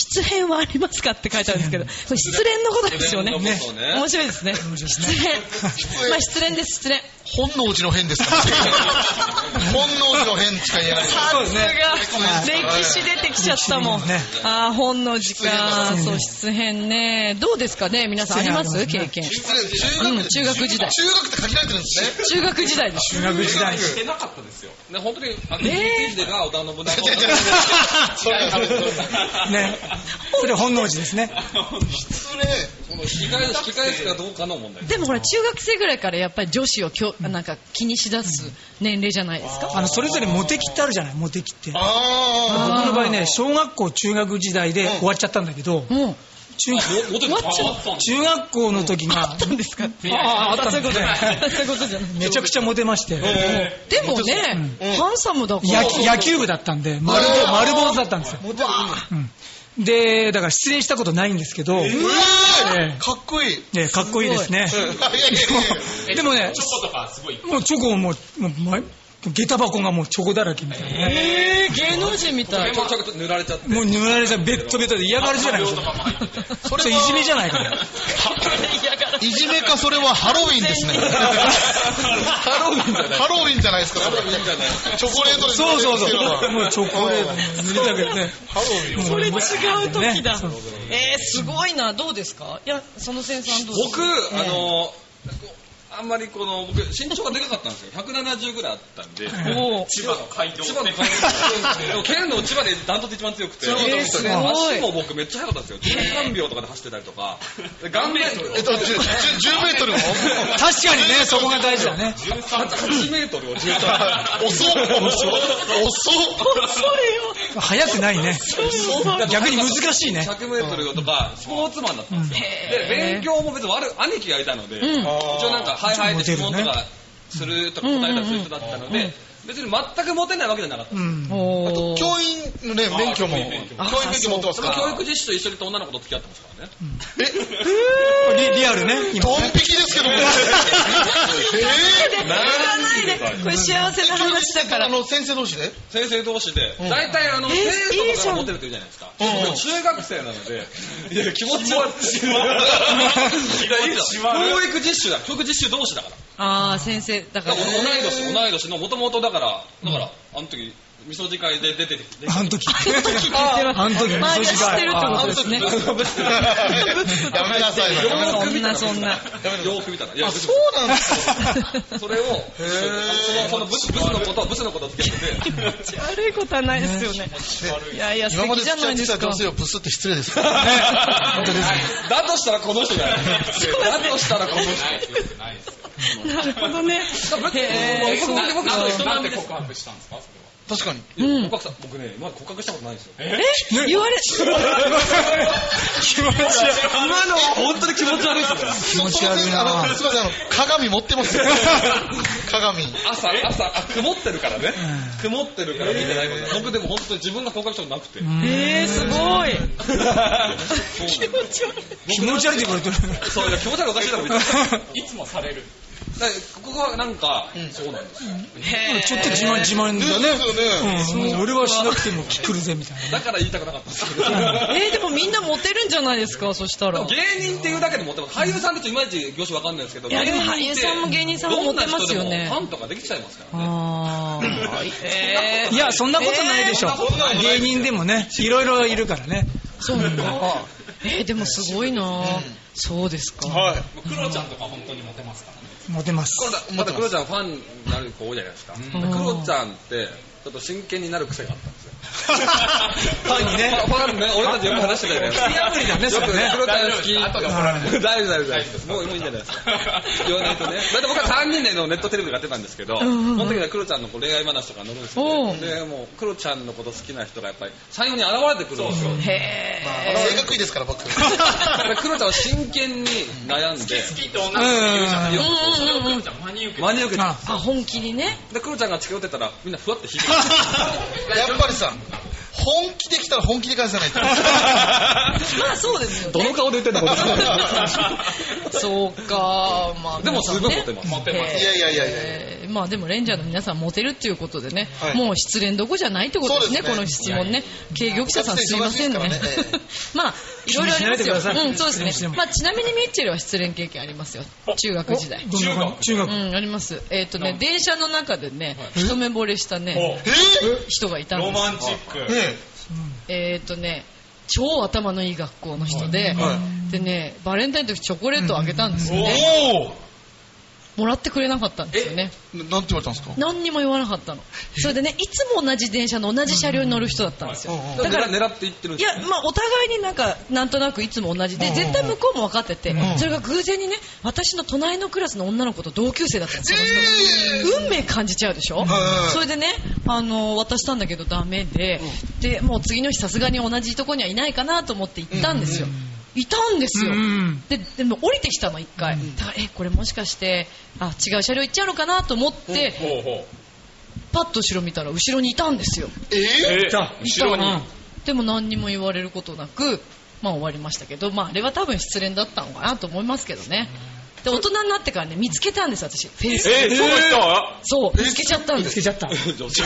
Speaker 1: 失恋はありますかって書いてあるんですけど、これ失恋のことですよね。
Speaker 3: 失恋のことね
Speaker 1: 面白いですね。失恋。まあ失恋です、失恋。
Speaker 2: 本能寺の変ですから。 本能寺の変しか言えない。
Speaker 1: さすが、
Speaker 2: ね
Speaker 1: 歴史出てきちゃったもん。
Speaker 4: ね
Speaker 1: ああ、本能寺か。
Speaker 4: 失恋
Speaker 1: そう、失恋ね。どうですかね皆さんあります
Speaker 4: 失恋あ
Speaker 1: 経
Speaker 4: りま
Speaker 1: 験。
Speaker 4: すね
Speaker 2: 失礼
Speaker 1: うん、
Speaker 2: 中
Speaker 1: 中
Speaker 2: 学
Speaker 1: 学時代。
Speaker 2: 中学って限られてるんです ね。
Speaker 1: 中学時代です。
Speaker 4: 中学時代に。
Speaker 5: してなかったですよ。
Speaker 3: ね本当に、あの、秀吉が織田信長を
Speaker 2: 違う違う違う それそれ
Speaker 4: ね。それ本能寺ですね。
Speaker 2: 失礼
Speaker 3: この引き返す、引き返すかどうかの問題。
Speaker 1: でもほら、中学生ぐらいからやっぱり女子をきょなんか気にしだす年齢じゃないですか。
Speaker 4: あの、それぞれモテ期ってあるじゃない、モテ期って。僕
Speaker 2: あ
Speaker 4: の場合ね、小学校、中学時代で終わっちゃったんだけど、
Speaker 1: うん。
Speaker 4: 中
Speaker 3: おモテて
Speaker 1: 終わっちゃう
Speaker 4: 中学校の時が、
Speaker 1: なんですか
Speaker 4: あああったん
Speaker 1: そういうこと
Speaker 4: だ
Speaker 1: じゃない。そういうことじゃない。
Speaker 4: めちゃくちゃモテまして、
Speaker 1: でもね、ハンサムだから。
Speaker 4: 野球野球部だったんで、丸坊丸坊主だったんですよ。うんで、だから失恋したことないんですけど、
Speaker 2: ーうえ
Speaker 4: え
Speaker 2: かっこいいい
Speaker 4: ねかっこいいですね。
Speaker 2: やいやいやいや
Speaker 4: でもね
Speaker 5: チ、ョコとかすごい。
Speaker 4: もうチョコもう、もう、ま下駄箱がもうチョコだらけみたいなね。
Speaker 1: えー芸能人みたい。
Speaker 3: ちょっと塗られちゃって。
Speaker 4: もう塗られちゃう、ベッドベッドで嫌がるじゃないですか。それいじめじゃないかな。
Speaker 2: いじめかそれはハロウィンですね。
Speaker 3: ハロウィンじゃない。
Speaker 2: ハロウィンじゃないですか、それ
Speaker 3: いいんじゃない
Speaker 2: チョコレートで
Speaker 4: そうそう
Speaker 2: 塗られて
Speaker 4: そう。
Speaker 2: るの
Speaker 4: もう
Speaker 2: は
Speaker 4: チョコレート塗りたくね。
Speaker 1: それ違う時だ。
Speaker 4: ねそう
Speaker 1: えー、すごいな。どうですかいや、その先さんどうです
Speaker 3: 僕、
Speaker 1: か
Speaker 3: あの、あんまりこの、僕、身長がでかかったんですよ。170ぐらいあったんで。
Speaker 1: おー
Speaker 5: 千葉の街道。
Speaker 3: 千葉の関係でも県の千葉でダントツ一番強くて、
Speaker 1: えーすごい
Speaker 3: 足も僕めっちゃ速かったんですよ。13秒とかで走ってたりとか、で顔面、
Speaker 2: えっと、10, 10メートルも
Speaker 4: 確かにね、そこが大事だね。
Speaker 3: 8メートルを13
Speaker 2: 遅っ遅っ
Speaker 1: それよ。
Speaker 4: 早くないね。逆に難しいね。
Speaker 3: 100メートルとか、スポーツマンだったんですよ。で、勉強も別に悪い、兄貴がいたので、
Speaker 1: ん
Speaker 3: 一応なんか、はいはいって質問
Speaker 4: モ
Speaker 3: と
Speaker 4: テる
Speaker 3: かするとか答えたりする人だったので、別に全くモテないわけじゃなかった。
Speaker 4: うん。
Speaker 1: おー
Speaker 2: 教員のね、免許も、教員免許持ってます
Speaker 3: そ
Speaker 2: か
Speaker 3: の
Speaker 2: ら。
Speaker 3: 教育実習と一緒に行った女の子と付き合ってますからね。
Speaker 4: リリアルね。今
Speaker 2: ドン引きですけども。え
Speaker 1: 言わないで。これ幸せな話だから
Speaker 2: あ。の、先生同士で
Speaker 3: 先生同士で、大体あの、
Speaker 1: え
Speaker 3: 生
Speaker 1: いい
Speaker 3: 徒
Speaker 1: じ
Speaker 3: と
Speaker 1: ゃ
Speaker 3: か
Speaker 1: ん
Speaker 3: がモテるって言うじゃないですか。でも中学生なので、いや、気持ちは違う。いや、いいじゃん。教育実習だ。教育実習同士だから。
Speaker 1: ああ、先生、だか
Speaker 3: だ
Speaker 1: ら
Speaker 3: から。同い年、同い年の、もともとだから、だから、あの時、味噌次会で出てきて。
Speaker 4: あの時。
Speaker 1: あ
Speaker 4: あの時の
Speaker 1: 周りが知ってるってことですね。
Speaker 2: やめなさいよ。やめなさい
Speaker 1: そんなそんな。
Speaker 3: よく見たら。いや、そ
Speaker 2: そうなんです
Speaker 3: それを、その、そのブス、ブスのこと、ブスのことをつけてて、
Speaker 1: 気持ち悪いことはないですよね。いやいや、素
Speaker 2: 今ま
Speaker 1: 敵じゃない
Speaker 2: で付き合っ
Speaker 1: で
Speaker 2: てきた
Speaker 1: すか
Speaker 2: 女。性をブスって失礼です。
Speaker 3: だとしたらこの人じゃない。だとしたらこの人。
Speaker 5: ないですよ。
Speaker 1: なるほどね。へー
Speaker 3: 僕僕僕
Speaker 5: なんで
Speaker 3: 人
Speaker 5: な
Speaker 3: 並
Speaker 5: ん
Speaker 3: み
Speaker 5: で
Speaker 3: です
Speaker 5: 告白したんですかそ
Speaker 2: 確かに。
Speaker 3: 告白さ僕ね、今まで告白したことないんですよ。
Speaker 1: え言われ、
Speaker 4: 気持ち悪い。
Speaker 3: 今のは本当に気持ち悪いですよ。
Speaker 2: 気持ち悪いなぁ。すいません、あの、鏡持ってますよ。鏡。
Speaker 3: 朝、朝、あ、曇ってるからね。曇ってるから見てないこと。僕でも本当に自分が告白したことなくて。
Speaker 1: えー、すごい。
Speaker 3: そう
Speaker 1: 気持ち悪い。
Speaker 4: 気持ち悪いってこれどう。
Speaker 3: そう、いや気持ち悪いおかしいだろ、みたいな。
Speaker 5: れは。いつもされる。
Speaker 3: ここはなんか、そうなんですよ。
Speaker 4: ちょっと自慢自慢だね。
Speaker 2: ですよね。
Speaker 4: うん俺はしなくても来るぜみたいな。
Speaker 3: だから言いたくなかったんですけ ど。
Speaker 1: えー、でもみんなモテるんじゃないですか、そしたら。
Speaker 3: 芸人っていうだけでモテます。俳優さんってちょっといまいち業種わかんないですけど、
Speaker 1: いやでも
Speaker 3: 芸人って
Speaker 1: 俳優さんも芸人さんもモテますよね
Speaker 3: どんな人でもファンとかできちゃいますからね。
Speaker 1: あー。えー
Speaker 4: いや、そんなことないでしょ
Speaker 1: えー。
Speaker 4: 芸人でもね、いろいろいるからね。
Speaker 1: そうなんだ。えーでもすごいな、そうですか、
Speaker 2: はい。
Speaker 5: クロちゃんとか本当にモテますからね。
Speaker 4: モテます。
Speaker 3: 今度またクロちゃんファンになる子多いじゃないですか。ク
Speaker 1: ん
Speaker 3: ロちゃんって、ちょっと真剣になる癖があったんですよ。
Speaker 2: ファンにね。
Speaker 3: ファンね、俺たちよく話してたじゃないですか。破りだね、それね。クロちゃん好き。
Speaker 5: 後で
Speaker 4: 怒られ
Speaker 3: 大丈夫、大丈夫、大丈夫。もうもういいんじゃないですか。言わないとね。だって僕は3人でのネットテレビでやってたんですけど、そ
Speaker 1: んうんうん
Speaker 3: の時はクロちゃんのこう恋愛話とか載るんですけ
Speaker 1: お
Speaker 3: ど、
Speaker 1: う
Speaker 3: で、もうクロちゃんのこと好きな人がやっぱり最後に現れてくるんですよ。
Speaker 1: へえ、
Speaker 2: 性格いいですから、僕。
Speaker 3: だからクロちゃんは真剣に悩んで、
Speaker 5: 好きと同じこと言うじゃないですか。それを
Speaker 1: うんうんうん
Speaker 5: クロちゃん真に受けて。
Speaker 3: 真に受けた。
Speaker 4: あ
Speaker 1: あ本気にね
Speaker 3: で、クロちゃんが近寄ってたら、みんなふわって引いてくる。
Speaker 2: やっぱりさ、本気で来たら本気で返さないと。
Speaker 1: まあそうですよ
Speaker 3: どの顔で言ってんだ、こい
Speaker 1: そうかまあ
Speaker 3: つでもすごいモテます。
Speaker 5: モテます。
Speaker 2: いやいやいやいや
Speaker 1: えーまあでもレンジャーの皆さんモテるっていうことでね、
Speaker 2: はい
Speaker 1: もう失恋どこじゃないってことですね
Speaker 2: そうですね
Speaker 1: この質問ね軽業者さんすいませんね
Speaker 2: 忙しいですからね
Speaker 1: まあいろいろありますよ、
Speaker 4: 気にしないでください
Speaker 1: うん、そう
Speaker 4: 失恋
Speaker 1: で
Speaker 4: して
Speaker 1: すね
Speaker 4: も、
Speaker 1: まあ、ちなみにミッチェルは失恋経験ありますよ中学時代
Speaker 4: どんな感じ中
Speaker 1: う
Speaker 4: 学。
Speaker 1: んありますえっ、とね電車の中でね一目惚れしたね
Speaker 2: え
Speaker 1: 人がいたん
Speaker 5: ロ
Speaker 1: です
Speaker 5: マンチック。
Speaker 2: ーね
Speaker 1: えっ、とね超頭のいい学校の人で、
Speaker 2: は
Speaker 1: でねバレンタインの時チョコレートをあげたんですよね、
Speaker 2: え。
Speaker 1: もらってくれなかったんですよね
Speaker 2: おおなんて言われたんですか
Speaker 1: 何にも言わなかったのそれでねいつも同じ電車の同じ車両に乗る人だったんですよ
Speaker 2: うんうん
Speaker 1: だ
Speaker 3: だ
Speaker 1: か
Speaker 3: からら狙っていってるん
Speaker 1: い
Speaker 3: ですよ
Speaker 1: やまあお互いになんかなんとなくいつも同じで絶対向こうも分かっててそれが偶然にね私の隣のクラスの女の子と同級生だったんですよその人が運命感じちゃうでしょ
Speaker 2: はい
Speaker 1: それでねあの渡したんだけどダメででもう次の日さすがに同じとこにはいないかなと思って行ったんですよいたんですよ
Speaker 4: うん
Speaker 1: ででも降りてきたの一回だからえこれもしかしてあ違う車両行っちゃうのかなと思って
Speaker 5: ほうほう。
Speaker 1: パッと後ろ見たら後ろにいたんですよ
Speaker 2: え
Speaker 5: え
Speaker 4: じゃあ、
Speaker 5: 後ろに。
Speaker 4: うん
Speaker 1: でも何にも言われることなくまあ終わりましたけどまああれは多分失恋だったのかなと思いますけどねで大人になってからね見つけたんです私フェイス
Speaker 5: え、そうでした
Speaker 1: そう見つけちゃったん
Speaker 4: 見
Speaker 1: で
Speaker 4: つ
Speaker 1: す
Speaker 4: けちゃった。
Speaker 3: え女性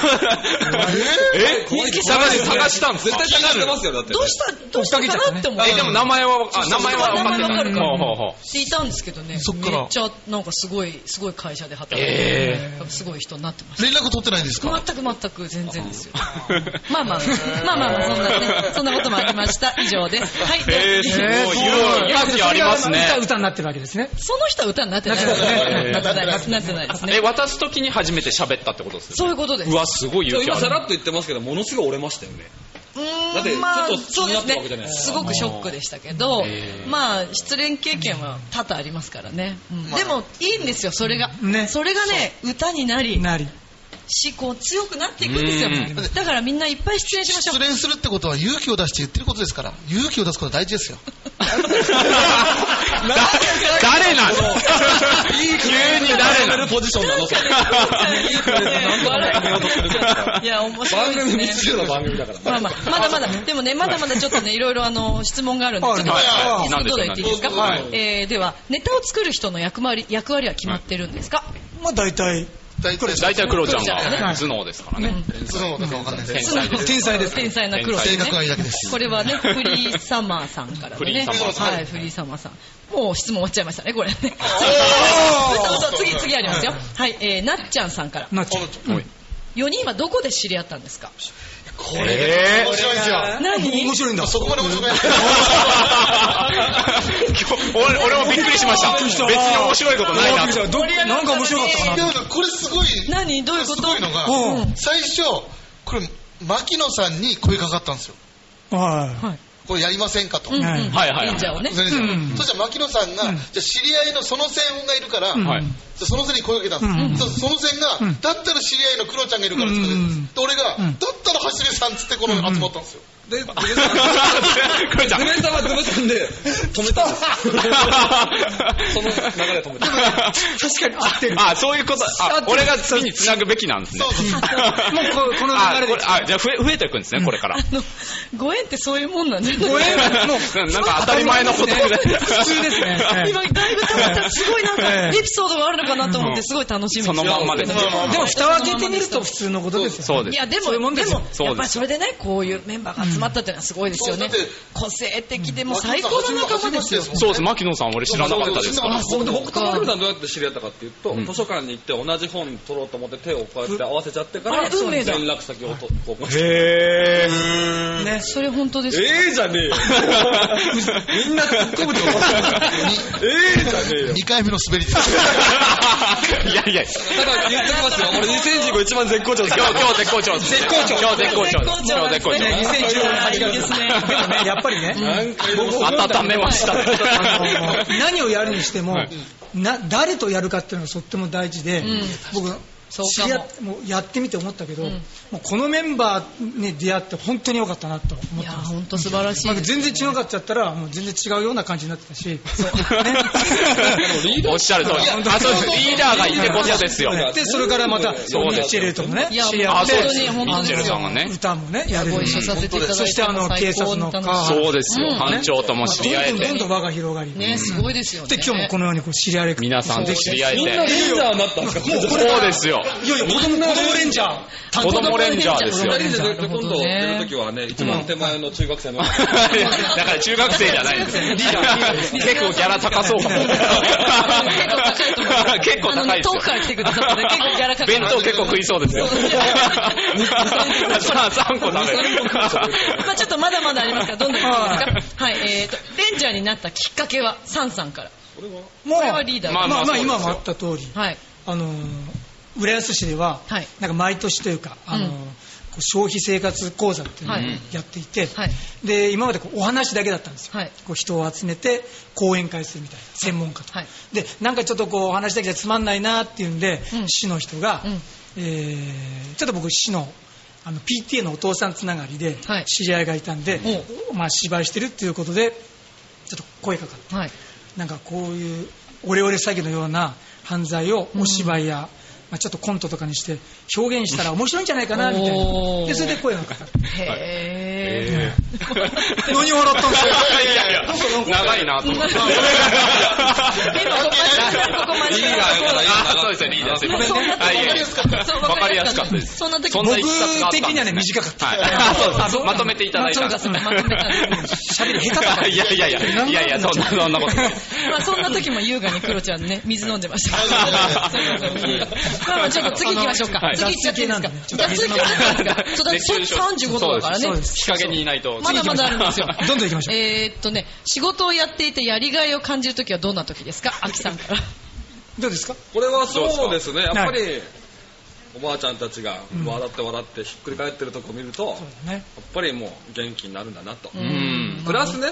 Speaker 5: え
Speaker 1: 見つけちゃっ
Speaker 5: 探
Speaker 1: た
Speaker 5: し、探したん
Speaker 3: 絶対探してますよ、だって。
Speaker 1: どうしたどうしたかなって思っ
Speaker 5: え、でも名前は、あ、名前は分かって
Speaker 1: 名前わかるから
Speaker 5: ほうほうほう
Speaker 1: ていたんですけどね
Speaker 2: そっ
Speaker 1: め
Speaker 2: から
Speaker 1: っちゃなんかすごいすごい会社で働いて、
Speaker 5: え
Speaker 1: すごい人になってまし
Speaker 2: 連絡取ってないんです
Speaker 1: た
Speaker 2: か
Speaker 1: 全く全く全然ですよ まあまあまあまあまあそんなねそんなこともありました以上ですはい
Speaker 5: えーすごいユーロ価値ありますね
Speaker 4: 歌、歌になってるわけですね。
Speaker 1: その人は歌になってない。
Speaker 4: な
Speaker 1: な
Speaker 4: っ
Speaker 1: って
Speaker 4: な
Speaker 1: てないです。な
Speaker 4: い
Speaker 1: ってないですね
Speaker 5: え、。渡すときに初めて喋ったってことです
Speaker 1: そういうことです。
Speaker 5: うわ、すごい勇気
Speaker 3: 今
Speaker 5: あ
Speaker 3: さら
Speaker 5: る
Speaker 3: っ。と言ってますけど、ものすごい折れましたよね。
Speaker 1: うーん
Speaker 3: だってちょっ
Speaker 1: まあ
Speaker 3: と気になったわけじゃないです
Speaker 1: すごくショックでしたけど、まあ、失恋経験は多々ありますからね。うんでも、いいんですよ、それが。
Speaker 4: ね
Speaker 1: それがね、歌になり、
Speaker 4: なり。
Speaker 1: 思考強くなっていくんですよ
Speaker 5: う。
Speaker 1: だからみんないっぱい失恋しましょ
Speaker 2: 失
Speaker 1: う。
Speaker 2: 恋するってことは勇気を出して言ってることですから、勇気を出すことは大事ですよ。
Speaker 5: だ誰なの急に誰なの
Speaker 3: ポジションなのそれ
Speaker 1: いや、面白
Speaker 3: 番
Speaker 1: いで
Speaker 3: 組
Speaker 1: すね。
Speaker 3: 20の番組だから。
Speaker 1: まあまあ、まだまだ、でもね、まだまだちょっとね、いろいろあの、質問があるんで、ちょっと、
Speaker 5: はいはい
Speaker 1: 質問どうだいっていいですか
Speaker 2: はい
Speaker 1: えーでは、ネタを作る人の役割、役割は決まってるんですか
Speaker 4: まあ大体、
Speaker 2: 大体
Speaker 5: 大体クロちゃん
Speaker 4: は
Speaker 5: が
Speaker 4: い
Speaker 5: 頭脳ですから ね。
Speaker 2: そのだかわかんないです。
Speaker 5: 天才です
Speaker 4: 天才です
Speaker 1: 天才な黒です
Speaker 2: 性
Speaker 1: ね
Speaker 2: 格がいいだけです。
Speaker 1: これはね、フリーサマーさんからの
Speaker 5: フリーサ
Speaker 1: ね。
Speaker 5: マーさん
Speaker 1: はい、フリーサマーさん。もう質問終わっちゃいましたね、これね。嘘嘘、次、次ありますよ。はい、えー、なっちゃんさんから。
Speaker 4: なっちゃう。
Speaker 1: 4人はどこで知り合ったんですか
Speaker 5: これ
Speaker 2: 面白いですよ。
Speaker 1: 何
Speaker 4: 面白いんだ。
Speaker 2: そこまで面白くない。
Speaker 5: 俺俺もびっくりしました。別に面白いことないなと。
Speaker 4: どなんか面白かったか
Speaker 2: で
Speaker 4: な。
Speaker 2: もこれすごい、
Speaker 1: 何どういうこ
Speaker 2: す
Speaker 1: と
Speaker 2: ごいのが
Speaker 4: うん、
Speaker 2: 最初、これ、牧野さんに声かかったんですよ。
Speaker 4: は
Speaker 1: はい。
Speaker 2: これやりませんかと。
Speaker 1: うんうん。
Speaker 4: はい
Speaker 5: はいはい
Speaker 1: 忍者をね。
Speaker 2: それで
Speaker 4: うん
Speaker 2: そしたら牧野さんが、
Speaker 4: うん
Speaker 2: じゃあ知り合いのその線がいるから、
Speaker 4: い。
Speaker 5: は
Speaker 4: う
Speaker 5: い
Speaker 4: ん
Speaker 2: その線に声かけたんです、そその線が、
Speaker 4: うん
Speaker 2: だったら知り合いのクロちゃんがいるからって言って、
Speaker 4: うん
Speaker 2: で俺が、
Speaker 4: うん
Speaker 2: だったら走れさんっつってこの集まったんですよ、
Speaker 3: で、ズベさん、ズベさんはズベさんで止めたんです。その流れ止めた。
Speaker 4: 確かに合ってる。
Speaker 5: あ、そういうこと。
Speaker 4: あ
Speaker 5: あ、俺が次に繋ぐべきなんですね。
Speaker 2: そうそうそう
Speaker 4: もうここの流れで
Speaker 5: あこあ、じゃあ増え、増えていくんですね、これから。
Speaker 1: あの、ご縁ってそういうもんなんだご
Speaker 4: 縁もう
Speaker 5: なんか当たり前のことで。
Speaker 4: 普通ですね。はい
Speaker 1: 今、だいぶ溜まったらすごいなんか、
Speaker 4: え
Speaker 1: エ
Speaker 4: え
Speaker 1: ピソードがあるのかなと思って、すごい楽しみ
Speaker 5: そのまんまです。
Speaker 4: でも蓋を開けてみると普通のことですよ。
Speaker 5: そうで
Speaker 1: い
Speaker 5: す
Speaker 1: や。でも
Speaker 4: そういうもんで
Speaker 1: です
Speaker 4: よ
Speaker 1: も
Speaker 5: そうです
Speaker 1: やっぱりそれでねこういうメンバーが集集まったっていうのはすごいですよね
Speaker 2: そうだって。
Speaker 1: 個性的でもう最高の仲間ですよ。
Speaker 6: そうです、牧野さん俺知らなかったです。
Speaker 2: あ
Speaker 1: そうか
Speaker 3: 僕とマルさんどうやって知り合ったかっていうと、図書館に行って同じ本取ろうと思って手をこうやって合わせちゃってか
Speaker 1: あ
Speaker 3: ら
Speaker 1: れ
Speaker 3: 連
Speaker 1: 運命だ
Speaker 3: 絡先をとこうして
Speaker 6: へ
Speaker 1: ね、それ本当ですよ。
Speaker 3: ええじゃねえよみんな突っ込むと思ってええじゃねえよ
Speaker 2: 2回目の滑りです。
Speaker 6: ー。いやいや、
Speaker 3: だから言ってきますよ俺2015一番絶好調です
Speaker 6: 今日、今日絶好調です。絶好調。今日絶好調です。今日絶好
Speaker 1: ね
Speaker 6: 調。
Speaker 1: いいですね。
Speaker 4: でもね、やっぱりね、
Speaker 3: 何回でも
Speaker 6: 温めました。
Speaker 4: あの何をやるにしても、
Speaker 6: はい
Speaker 4: な誰とやるかっていうのがとっても大事で、
Speaker 1: ん
Speaker 4: 僕
Speaker 1: そう
Speaker 4: 知
Speaker 1: かも
Speaker 4: り合ってもうやってみて思ったけど、
Speaker 1: ん
Speaker 4: もうこのメンバーに出会って本当に良かったなと思
Speaker 1: い
Speaker 4: っ
Speaker 1: や
Speaker 4: た
Speaker 1: ー、本当素晴らしい
Speaker 4: まあ。全然違うかっちゃったらもう全然違うような感じになってたしね
Speaker 6: おっしゃる通り。あ、そうです。リーダーがいてこそですよ。
Speaker 4: でそれからまたミ
Speaker 6: そうで
Speaker 4: ッ
Speaker 6: す
Speaker 4: チェレーともね
Speaker 1: いや
Speaker 4: 知り合っ
Speaker 6: あ、そう
Speaker 1: 本当
Speaker 6: です。
Speaker 1: に
Speaker 6: ミ
Speaker 1: 本当に
Speaker 6: ッチェルさんがね
Speaker 4: て。歌もねやれる
Speaker 1: ご一緒させていただいて、
Speaker 4: そしてあの警察のカー
Speaker 6: そうですよ。班長とも知り合え
Speaker 4: どんどんどん
Speaker 6: て
Speaker 4: ど。ん輪が広がり
Speaker 1: ね、すごいですよね。
Speaker 4: で今日もこのようにこう知り合える
Speaker 6: 皆さんと知り合え
Speaker 3: みんな
Speaker 6: て。
Speaker 3: レンジャーになったんですか
Speaker 6: そうですよ。
Speaker 4: いよいよ子供レンジャー
Speaker 6: 子供レンジャーですよ。
Speaker 3: レンジャーで今度出るときはね、一番手前の中学生の。
Speaker 6: だから中学生じゃないです。結構ギャラ高そうかも。
Speaker 1: あの遠
Speaker 6: 結構高いですよ。
Speaker 1: くから来てくださったね結構ギャラ高い
Speaker 6: 弁当結構食いそうです よ。
Speaker 1: そうですよ
Speaker 6: さあ、3個食べる。
Speaker 1: まあちょっとまだまだありますから、どんどんいきますか。はい、えーと、レンジャーになったきっかけは、サンさんから。
Speaker 4: もう
Speaker 1: これはリーダー。
Speaker 6: ま
Speaker 4: ま
Speaker 6: あ
Speaker 4: あま
Speaker 6: まあ
Speaker 4: あ、
Speaker 6: そうですよ
Speaker 4: 今もあった通り、
Speaker 1: はい。
Speaker 4: あのー浦安市では、
Speaker 1: はい
Speaker 4: なんか毎年というか、あのー
Speaker 1: うん
Speaker 4: こう消費生活講座っていうのを
Speaker 1: はい
Speaker 4: やっていて、
Speaker 1: はい
Speaker 4: で今までこうお話だけだったんですよ、
Speaker 1: はい
Speaker 4: こう人を集めて講演会するみたいな専門家と、
Speaker 1: はい
Speaker 4: でなんかちょっとこうお話だけじゃつまんないなっていうんで、
Speaker 1: うん
Speaker 4: 市の人が、
Speaker 1: うん
Speaker 4: えーちょっと僕市のあの PTA のお父さんつながりで
Speaker 1: はい
Speaker 4: 知り合いがいたんで、まあ、芝居してるっていうことでちょっと声かかって。
Speaker 1: はい。
Speaker 4: なんかこういうオレオレ詐欺のような犯罪をお芝居や、まあ、ちょっとコントとかにして表現したら面白いんじゃないかなみたい
Speaker 1: おー
Speaker 4: なでそれで声がかかる
Speaker 1: へー。
Speaker 6: 何笑ったんですかいやいや、長いなと思って。あ、そうですよ、リーダーすいません。わかりやすかったです。
Speaker 1: そんな時
Speaker 6: そんな一冊があったん
Speaker 4: 僕
Speaker 6: です
Speaker 4: 的にはね短かった
Speaker 6: はい、そうですまとめていただいたんです。
Speaker 1: まとめた
Speaker 4: 喋り下手だから
Speaker 6: いやいやいや、いやいや、そんな、そんなことない。
Speaker 1: まあそんな時も優雅にクロちゃんね、水飲んでましたから。そうそうそうまあまあちょっと次行きましょう
Speaker 6: は
Speaker 1: か。
Speaker 6: い
Speaker 1: 次行っちゃっていいですか。
Speaker 4: 雑
Speaker 1: 次
Speaker 4: 誌
Speaker 1: 行
Speaker 4: 系
Speaker 1: っちゃ
Speaker 4: な
Speaker 1: っていいですか。そうだ
Speaker 6: 熱中症
Speaker 1: 35度だからね
Speaker 6: そう。です日陰にいないと。
Speaker 1: まだまだあるんですよ。
Speaker 4: どんどん行きましょう
Speaker 1: えーっとね、仕事をやっていてやりがいを感じる時はどんな時ですか秋さんから。
Speaker 4: どうですか
Speaker 3: これはそうですね、やっ
Speaker 4: か
Speaker 3: ぱり、おばあちゃんたちが笑って笑ってひっくり返ってるとこ見ると、やっ
Speaker 4: そうだね
Speaker 3: ぱりもう元気になるんだなと。
Speaker 6: うん。
Speaker 3: プラスね、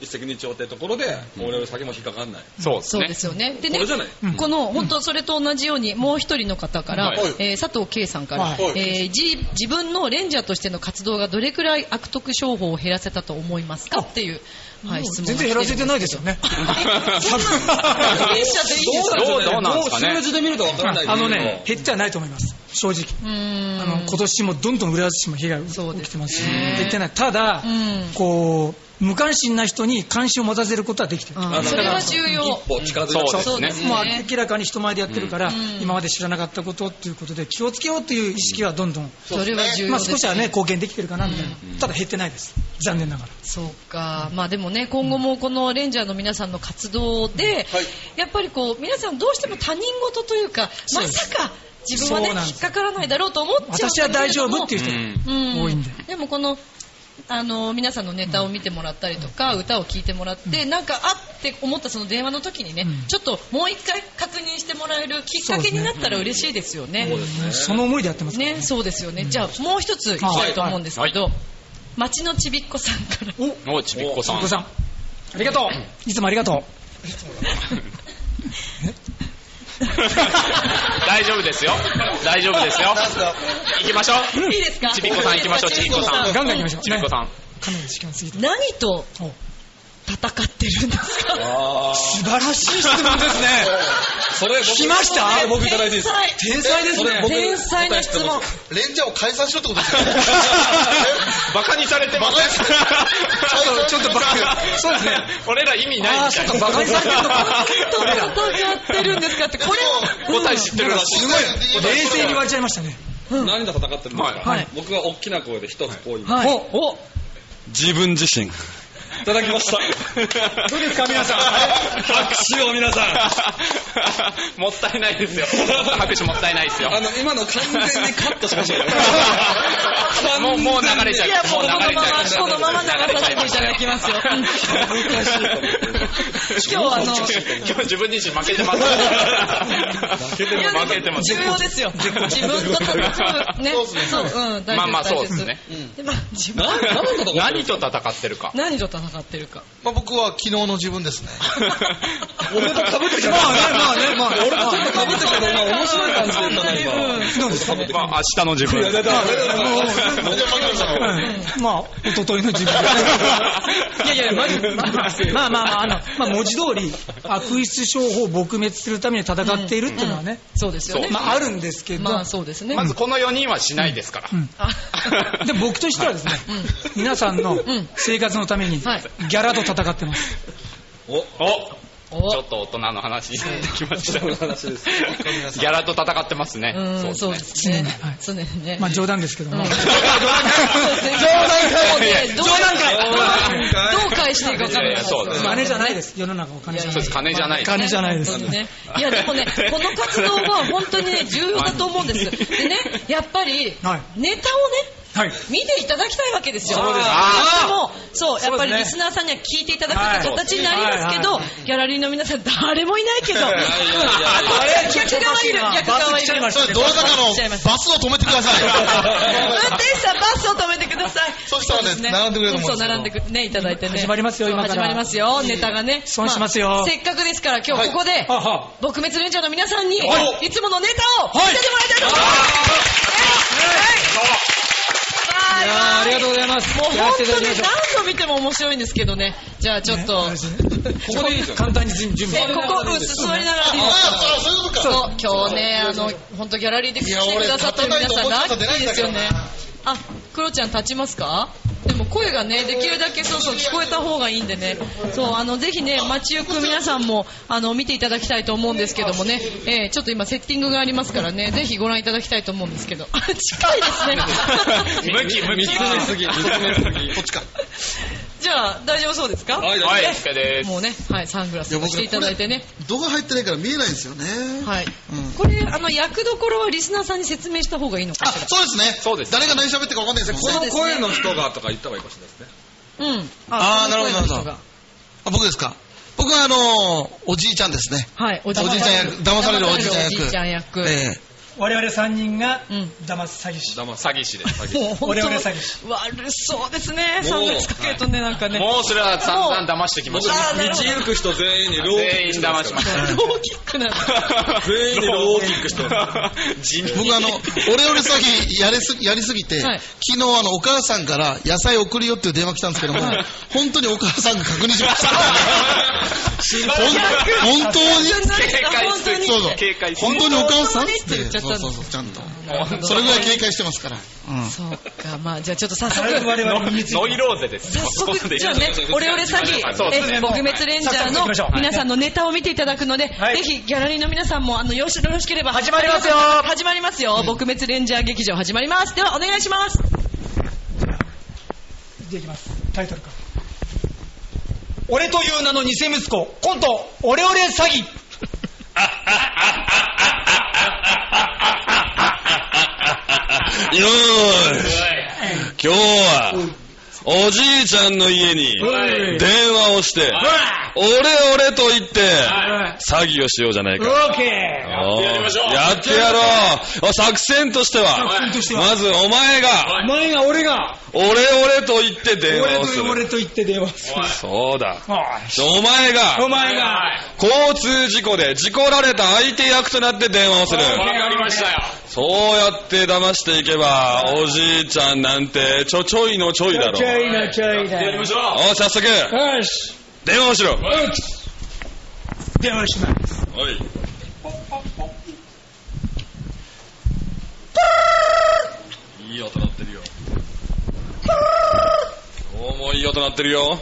Speaker 3: 一石二鳥ってところで、俺より先も引っかかんない。
Speaker 6: そうです
Speaker 1: そう
Speaker 6: ね
Speaker 1: で。すよね。で
Speaker 3: こ
Speaker 1: ね
Speaker 3: れじゃない、
Speaker 1: この本当それと同じようにもう一人の方から
Speaker 6: はい、
Speaker 1: えー佐藤圭さんから
Speaker 4: は、い
Speaker 1: えーじ自分のレンジャーとしての活動がどれくらい悪徳商法を減らせたと思いますかっていう、はい、質問
Speaker 4: 全然減らせてないですよね
Speaker 1: レンジャーでいいんですか
Speaker 6: どうどうなんですかね
Speaker 3: 数字で見るとわ からないけど
Speaker 4: あのね、減ってはないと思います正直
Speaker 1: うーん
Speaker 4: あの今年もどんどん浦安市も被害起
Speaker 1: そうですね
Speaker 4: きてますし減ってないただ
Speaker 1: うん
Speaker 4: こう無関心な人に関心を持たせることはできてる
Speaker 1: あーそれは重要。
Speaker 3: 一歩近づいた
Speaker 6: そ
Speaker 1: そう
Speaker 6: うですね
Speaker 1: ですね。
Speaker 4: もう明らかに人前でやってるから、今まで知らなかったことっていうことで気をつけようという意識はどんどん、
Speaker 1: それは重要
Speaker 4: ま
Speaker 1: で
Speaker 4: あ、
Speaker 1: す、
Speaker 4: 少しはね貢献できてるかなみたいな、ただ減ってないです残念ながら
Speaker 1: そうか、まあでもね、今後もこのレンジャーの皆さんの活動で、やっぱりこう、皆さんどうしても他人事というか、まさか自分はね
Speaker 4: そうなん、です
Speaker 1: 引っかからないだろうと思っちゃうんだけれども
Speaker 4: 私は大丈夫っていう人
Speaker 1: うん
Speaker 4: が多いんで、
Speaker 1: でもこのあの皆さんのネタを見てもらったりとか、歌を聴いてもらって、なんかあって思ったその電話の時にね、
Speaker 4: うん
Speaker 1: ちょっともう一回確認してもらえるきっかけになったら嬉しいですよね。
Speaker 4: その思いでやってますからね
Speaker 1: ね、そうですよね。じゃあもう一つ聞きたいと思うんですけど、町のちびっこさんから。
Speaker 6: おちびっこさん
Speaker 4: お子。さんありがとういつもありがとう
Speaker 6: 大丈夫ですよ。大丈夫です よ。行きましょう。
Speaker 1: いいですか
Speaker 6: ちびっこさん行きましょう、ちびっこさ
Speaker 4: ガン
Speaker 6: ん。
Speaker 4: ガン行きましょう
Speaker 6: ちびっこさん。
Speaker 4: かなり時間過ぎて
Speaker 1: 何と
Speaker 4: お
Speaker 1: 戦ってるんですか
Speaker 3: あ
Speaker 4: 素晴らしい質問ですね
Speaker 3: ーそれ僕
Speaker 4: 来ました
Speaker 3: 僕いただいていいですか
Speaker 4: 天才ですね
Speaker 3: 僕
Speaker 1: 天才な質問。
Speaker 2: レンジャーを解散しろってことです よね。
Speaker 6: バカにされてます。
Speaker 4: ちょっとバカそうですね。
Speaker 6: 俺ら意味ない
Speaker 4: ああ
Speaker 6: み
Speaker 4: そ
Speaker 6: た
Speaker 4: う
Speaker 6: い
Speaker 4: かバカにされてるのか
Speaker 1: 誰と戦ってるんですかって、これを。
Speaker 6: 答え知ってるらしい。
Speaker 2: すごい
Speaker 4: 冷静に言われちゃいましたね
Speaker 3: 何で戦ってるんですか、
Speaker 6: はい
Speaker 1: はい
Speaker 3: 僕が大きな声で一つこう言います、
Speaker 1: はい。
Speaker 4: おお
Speaker 7: 自分自身。
Speaker 3: いただきました。どうですか、皆さん。拍手を皆さん。
Speaker 6: もったいないですよ。拍手もったいないですよ。
Speaker 3: あの、今の完全にカットしましたよ。
Speaker 6: もう、もう流れちゃ
Speaker 1: いや
Speaker 6: う。
Speaker 1: もうこのまま
Speaker 6: も
Speaker 1: こ
Speaker 6: う
Speaker 1: のまま流
Speaker 6: 流れ
Speaker 1: さ
Speaker 6: ちゃ
Speaker 1: せていただきますようん今日あの
Speaker 6: 今日自分自身負けてます。負けて
Speaker 1: いや
Speaker 6: 負けてます。
Speaker 1: 重要ですよ自分と戦うねそううん大
Speaker 6: まあ
Speaker 1: 事
Speaker 6: まあそう
Speaker 1: 大
Speaker 6: です
Speaker 1: 事
Speaker 6: ね。
Speaker 1: でまあ自分
Speaker 6: 何と戦ってるか。
Speaker 1: 何と戦ってるか
Speaker 2: まあ、僕は昨日の自分ですね。
Speaker 3: 俺と被ってきた。まあね、まあね、まあ。俺とちょっと被ってきたの、まあ面白い感じだったな、今。
Speaker 4: どうですかね
Speaker 7: まあ、明日の自分。
Speaker 4: まあ、おとといの自分。
Speaker 1: いやいやま
Speaker 4: まあまあまあ、あの、まあ文字通り、悪質商法を撲滅するために戦っているっていうのはね、
Speaker 1: そうですよね
Speaker 4: まああるんですけど、
Speaker 1: まあそうですね
Speaker 6: まずこの4人はしないですから。
Speaker 1: あ
Speaker 4: で僕としてはですね、皆さんの
Speaker 1: ん
Speaker 4: 生活のためにギ
Speaker 1: はい
Speaker 4: ャラと戦ってます。
Speaker 6: お、
Speaker 1: お
Speaker 6: ちょっと大人の話になってきました。
Speaker 3: の話です
Speaker 6: ギャラと戦ってますね。
Speaker 1: うんそうで。すね常にね
Speaker 4: まあ冗談ですけども、
Speaker 1: うん
Speaker 6: 冗談かい
Speaker 1: どうどう返していいか分からない
Speaker 6: いやいやそうです
Speaker 4: お金じゃないです。世の中お金じゃない
Speaker 6: そうです、金じゃないです。
Speaker 4: 金じゃないです
Speaker 1: 本当にね。いや、でもね、この活動は本当にね、重要だと思うんです。でね、やっぱり、ネタを
Speaker 4: はい
Speaker 1: ね、
Speaker 4: はい。
Speaker 1: 見ていただきたいわけですよ。そう
Speaker 6: です
Speaker 1: も、そう、やっぱりリスナーさんには聞いていただくって形になりますけど
Speaker 4: はい、
Speaker 1: ギャラリーの皆さん、誰もいないけど、うんあと逆側いる、逆側いる。
Speaker 2: それ、どなたかの
Speaker 1: しちゃいました
Speaker 2: バスを止めてくだ さ
Speaker 1: 運
Speaker 2: い。
Speaker 1: 転手さん、バスを止めてください。
Speaker 2: そしたらね
Speaker 1: うです
Speaker 2: 並んでくれると思うんで
Speaker 1: そ
Speaker 2: す
Speaker 1: う、
Speaker 2: よ
Speaker 1: 並んでくね、いただいてね。
Speaker 4: 始まりますよ今から
Speaker 1: そう始まりますよ、ネタがね。
Speaker 4: 質問しますよ
Speaker 1: あせっかくですから、今日ここで、
Speaker 4: あは
Speaker 1: 撲滅レンジャーの皆さんに、、
Speaker 4: はい
Speaker 1: つものネタを見せてもらいたいと思います。
Speaker 4: いやーありがとうございます。
Speaker 1: もう
Speaker 4: やらせ
Speaker 1: 本
Speaker 4: てい
Speaker 1: 当
Speaker 4: ただ
Speaker 1: に
Speaker 4: きましょう
Speaker 1: 何度見ても面白いんですけどね。じゃあちょっと、
Speaker 4: ここでいいですよ簡単に準備
Speaker 1: でここ、うん、座りながらでいいです
Speaker 2: ああ、そういうことか。
Speaker 1: そう今日ね、あの、本当ギャラリーで来てくださってる皆さん、
Speaker 2: いや
Speaker 1: ラ
Speaker 2: 俺
Speaker 1: ッキーですよね。あ、クロちゃん立ちますかでも声がね、できるだけそうそう聞こえた方がいいんでね。そう、あの、ぜひね、街行く皆さんも、あの、見ていただきたいと思うんですけどもね。えーちょっと今セッティングがありますからね、ぜひご覧いただきたいと思うんですけど。あ近いですね。
Speaker 6: 向き、向き。
Speaker 3: すぎ、すぎ。こっちか。
Speaker 1: じゃあ、大丈夫そうですか
Speaker 3: はい、
Speaker 6: は
Speaker 3: 大
Speaker 6: い、
Speaker 3: 丈
Speaker 6: OK です。
Speaker 1: もうね、はい、サングラスをしていただいてね。
Speaker 2: 動画入ってないから見えないんですよね。
Speaker 1: はい。これ、あの、役どころはリスナーさんに説明した方がいいのか
Speaker 2: あ、
Speaker 1: し
Speaker 2: そうですね。
Speaker 6: そうです
Speaker 2: 誰が何喋ってるか分かんないですね。こ
Speaker 3: 夫。こ
Speaker 2: の
Speaker 3: の声の人がとか言った方がいいかもしれないですね。
Speaker 1: ら。うん。
Speaker 2: あーなるほどなるほ
Speaker 1: この声の
Speaker 2: ど
Speaker 1: 人が
Speaker 2: あ僕ですか僕はあのーおじいちゃんですね。
Speaker 1: はい、お
Speaker 2: おじいちゃん役、騙されるおじいちゃん役。
Speaker 1: おじいちゃん役。
Speaker 2: ええ
Speaker 4: 我々3人が
Speaker 1: うん
Speaker 4: 騙す詐欺師。
Speaker 6: 騙詐欺師です。詐欺師
Speaker 1: もう本
Speaker 4: 我
Speaker 1: 当
Speaker 4: 々
Speaker 1: に
Speaker 4: 詐欺師
Speaker 1: 悪そうですね、サングラスかけるとね、なんかね。
Speaker 6: もうそれは散々騙してきま
Speaker 3: 僕、
Speaker 6: し
Speaker 3: 道
Speaker 6: た。
Speaker 3: 行く人全員にローキ
Speaker 6: 全
Speaker 3: ック
Speaker 6: 員
Speaker 3: して
Speaker 6: 騙
Speaker 3: ます
Speaker 6: し
Speaker 3: か
Speaker 6: ま
Speaker 3: ら
Speaker 6: した。
Speaker 1: 大き くなる。
Speaker 3: 全員にローキックしてます。
Speaker 6: 人力
Speaker 2: 僕あの、オレオレ詐欺やりすやりすぎて、
Speaker 1: はい
Speaker 2: 昨日あの、お母さんから野菜送るよっていう電話来たんですけども、本当にお母さんが確認しました。 ほん本当に
Speaker 6: 警戒
Speaker 1: 本
Speaker 6: す
Speaker 1: 当
Speaker 6: る
Speaker 1: に。
Speaker 2: そうそう
Speaker 6: 警戒する
Speaker 2: 本当にお母さ
Speaker 1: 本
Speaker 2: ん
Speaker 1: 当にって言っちゃった
Speaker 2: そ
Speaker 1: の
Speaker 2: うそうそう、ちゃんと。それぐらい警戒してますから。うん
Speaker 1: そうか、まあじゃあちょっと早速。
Speaker 4: 我々に
Speaker 6: ノイローゼです。
Speaker 1: 早速、じゃあね、オレオレ詐欺、
Speaker 6: そうです
Speaker 1: え
Speaker 6: ね
Speaker 1: 撲滅レンジャーの皆さんのネタを見ていただくので、
Speaker 4: はい
Speaker 1: ぜひギャラリーの皆さんも、あの、よろしよろしければ。
Speaker 4: 始まりますよ
Speaker 1: 始まりますよ。撲滅レンジャー劇場始まります。では、お願いします。
Speaker 4: でいきますタイトルから俺という名の偽息子コントオレオレ詐欺
Speaker 7: よーし、今日は、おじいちゃんの家に電話をして、オレオレと言って、詐欺をしようじゃないか。
Speaker 4: オーケー
Speaker 7: おーやってやろう。作戦としては、
Speaker 4: 戦としては
Speaker 7: まずお前が、
Speaker 4: お前が俺が
Speaker 7: オレオレと言って電
Speaker 4: 俺
Speaker 7: 話をす
Speaker 4: と
Speaker 7: る。
Speaker 4: 俺と言って電話する
Speaker 7: そうだ。
Speaker 4: お
Speaker 7: お前
Speaker 4: いお
Speaker 7: が、
Speaker 4: 前が
Speaker 7: 交通事故で事故られた相手役となって電話をする。
Speaker 6: ありましたよ。
Speaker 7: そうやって騙していけば、おじいちゃんなんて、ちょちょいのちょいだろ。
Speaker 4: ちょいなちょいな
Speaker 6: やりましょう。
Speaker 7: おう早速、
Speaker 4: よし
Speaker 7: 電話をしろ。
Speaker 4: 電話します
Speaker 7: おい。いい音鳴ってるよ。今日もいい音鳴ってるよ。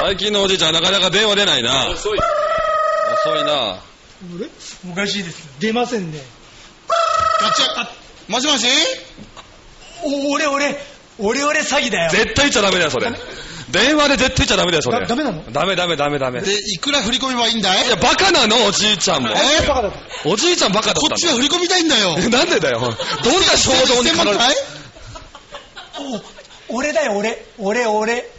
Speaker 7: 最近のおじいちゃんなかなか電話出ないな。
Speaker 6: 遅い。
Speaker 7: 遅いな。
Speaker 4: おかしいです。出ませんね。
Speaker 2: ガチャもしもし
Speaker 4: お、俺、俺、俺、俺詐欺だよ。
Speaker 7: 絶対言っちゃダメだよ、それ。電話で絶対言っちゃダメだよ、それ。
Speaker 4: だダメなの
Speaker 7: ダメダメダメダメ。い
Speaker 2: で、いくら振り込めばいいんだい
Speaker 7: や、バカなの、おじいちゃんも。
Speaker 2: え
Speaker 4: バカだった。
Speaker 7: おじいちゃんバカだった
Speaker 2: こ
Speaker 7: んだ
Speaker 2: っちは振り込みたいんだよ。
Speaker 7: えなんでだ よ。どんな衝動に駆
Speaker 2: 1000
Speaker 7: ら
Speaker 2: 万
Speaker 7: れ
Speaker 2: かい
Speaker 4: お俺だよ、俺。俺、俺。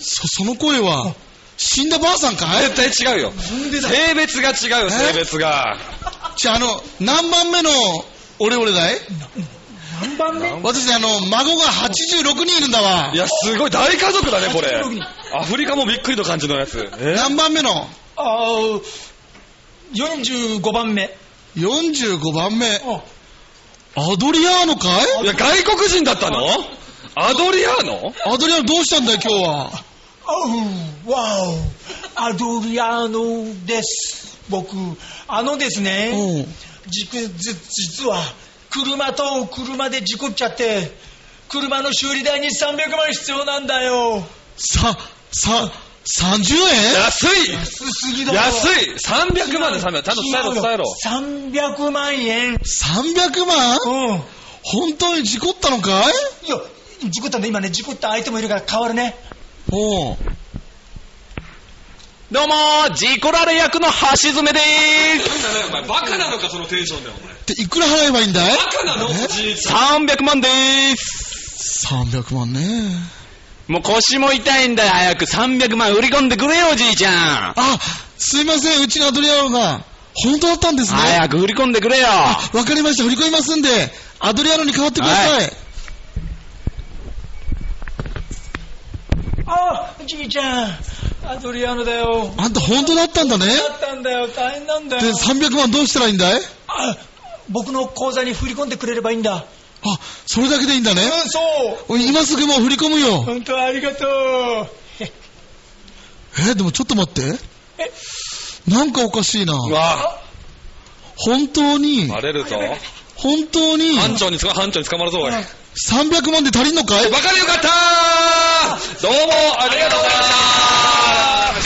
Speaker 2: そ、その声は、死んだばあさんかい
Speaker 7: 絶対違うよ。性別が違うよ、性別が。
Speaker 2: じゃあ、あの、何番目の、俺俺だい
Speaker 4: 何番目
Speaker 2: 私ね、あの、孫が86人いるんだわ
Speaker 7: い。や、すごい、大家族だね、これ。アフリカもびっくりと感じのやつ。え
Speaker 2: 何番目の
Speaker 4: あー、45番目。
Speaker 2: ?45 番目。
Speaker 4: あ
Speaker 2: アドリアーノか
Speaker 7: い
Speaker 2: い
Speaker 7: や、外国人だったのアドリアーノ
Speaker 2: アドリアーノどうしたんだよ、今日は。
Speaker 4: おう、わお、アドリアーノです。僕、あのですね、
Speaker 2: うん。
Speaker 4: じくじ実は、車と車で事故っちゃって、車の修理代に300万必要なんだよ。
Speaker 2: さ、さ、30円
Speaker 7: 安い
Speaker 4: 安すぎだろ。
Speaker 7: 安い !300 万で300万。ちゃんと伝えろ、伝えろ。
Speaker 4: ろ。300万円。
Speaker 2: ?300 万
Speaker 4: うん。
Speaker 2: 本当に事故ったのかい
Speaker 4: いや、事故ったんだ、今ね、事故った相手もいるから変わるね。
Speaker 2: おう
Speaker 6: どうもー、ジコラレ役の橋爪でーす。
Speaker 3: だよ、お前、バカなのか、そのテンションで、お前。
Speaker 2: で、いくら払えばいいんだい
Speaker 3: バカなの、おじいちゃん。
Speaker 6: 300万でーす。
Speaker 2: 300万ね。
Speaker 6: もう腰も痛いんだよ、早く300万売り込んでくれよ、おじいちゃん。
Speaker 2: あ、すいません、うちのアドリアーノが、本当だったんですね。
Speaker 6: 早く売り込んでくれよ。
Speaker 2: わかりました、振り込みますんで、アドリアーノに代わってください。
Speaker 4: あ、おじいちゃん、アドリアーノだよ。
Speaker 2: あんた本当だったんだね。
Speaker 4: だったんだよ、大変なんだ
Speaker 2: で、
Speaker 4: よ。
Speaker 2: 300万どうしたらいいんだい
Speaker 4: あ僕の口座に振り込んでくれればいいんだ。
Speaker 2: あ、それだけでいいんだね。
Speaker 4: そう
Speaker 2: おい今すぐもう振り込むよ。
Speaker 4: 本当ありがとう。
Speaker 2: え、でもちょっと待って。なんかおかしいな。
Speaker 7: うわ
Speaker 2: 本当に、
Speaker 7: バレるぞ。
Speaker 2: 本当に、
Speaker 7: 班長に捕ま、班長に捕まるぞ、おい。
Speaker 2: 300万で足りんのかい
Speaker 7: バカでよかったーどうも、ありがとうございまし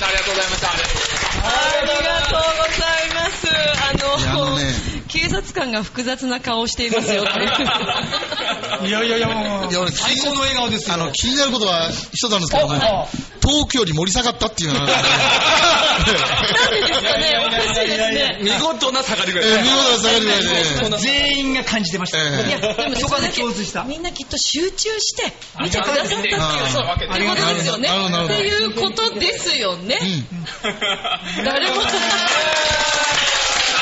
Speaker 7: た
Speaker 6: ありがとうございました。
Speaker 1: ありがとうございます。あ
Speaker 2: いやあ
Speaker 1: の、
Speaker 2: のね
Speaker 1: 警察官が複雑な顔をしていますよって。
Speaker 4: いやいやいや、もう
Speaker 2: い。や、俺、最高の笑顔ですあの、気になることは一つあるんですけどね
Speaker 4: おお、
Speaker 2: トークより盛り下がったっていうのは、
Speaker 1: なんでですかねおかしいですね。
Speaker 7: 見事な下がり
Speaker 2: え
Speaker 7: 具合
Speaker 2: ー、見事な下がりがね。
Speaker 4: 全員が感じてました。
Speaker 2: ええ
Speaker 1: いや、でもそこだけ
Speaker 4: 共通した
Speaker 1: みんなきっと集中して見てくださったっていう、そう、
Speaker 2: あ
Speaker 1: ってことですよね
Speaker 2: なるほどなる。
Speaker 1: っ
Speaker 2: ほど
Speaker 1: ていうことですよね。
Speaker 2: うん。
Speaker 1: 誰も。優しい。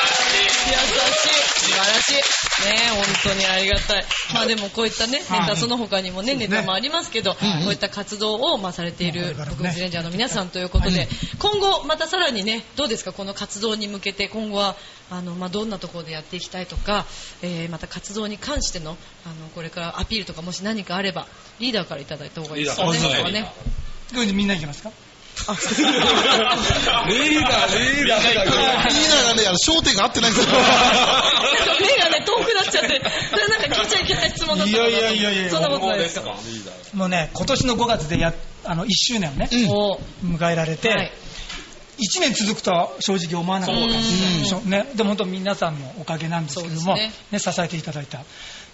Speaker 1: 素晴らしい。ねえ本当にありがたい。まあでもこういったね、ネタ、その他にもね、ネタもありますけど、こういった活動を、まあ、されている、独立レンジャーの皆さんということで、今後、またさらにね、どうですか、この活動に向けて、今後は、あの、まあ、どんなところでやっていきたいとか、えーまた活動に関しての、あの、これからアピールとか、もし何かあれば、リーダーからいただいた方がいいですよね
Speaker 3: リーダー
Speaker 1: これはね。
Speaker 4: これでみんな行きますか
Speaker 7: リーダー、リーダー
Speaker 2: リーダーがね、あの焦点が合ってないんですよ。
Speaker 1: なんか目がね、遠くなっちゃって、なんか聞いちゃいけない質問だったのかなと
Speaker 4: いやいやいやいや
Speaker 1: そんなことないですか。
Speaker 4: もうね、今年の5月でや、あの、1周年をね、
Speaker 1: お
Speaker 4: 迎えられて、
Speaker 1: はい
Speaker 4: 1年続くとは正直思わなかったんですよね、でも本当皆さんのおかげなんですけど
Speaker 1: そ
Speaker 4: も、
Speaker 1: うで
Speaker 4: ね
Speaker 1: す
Speaker 4: 支えていただいた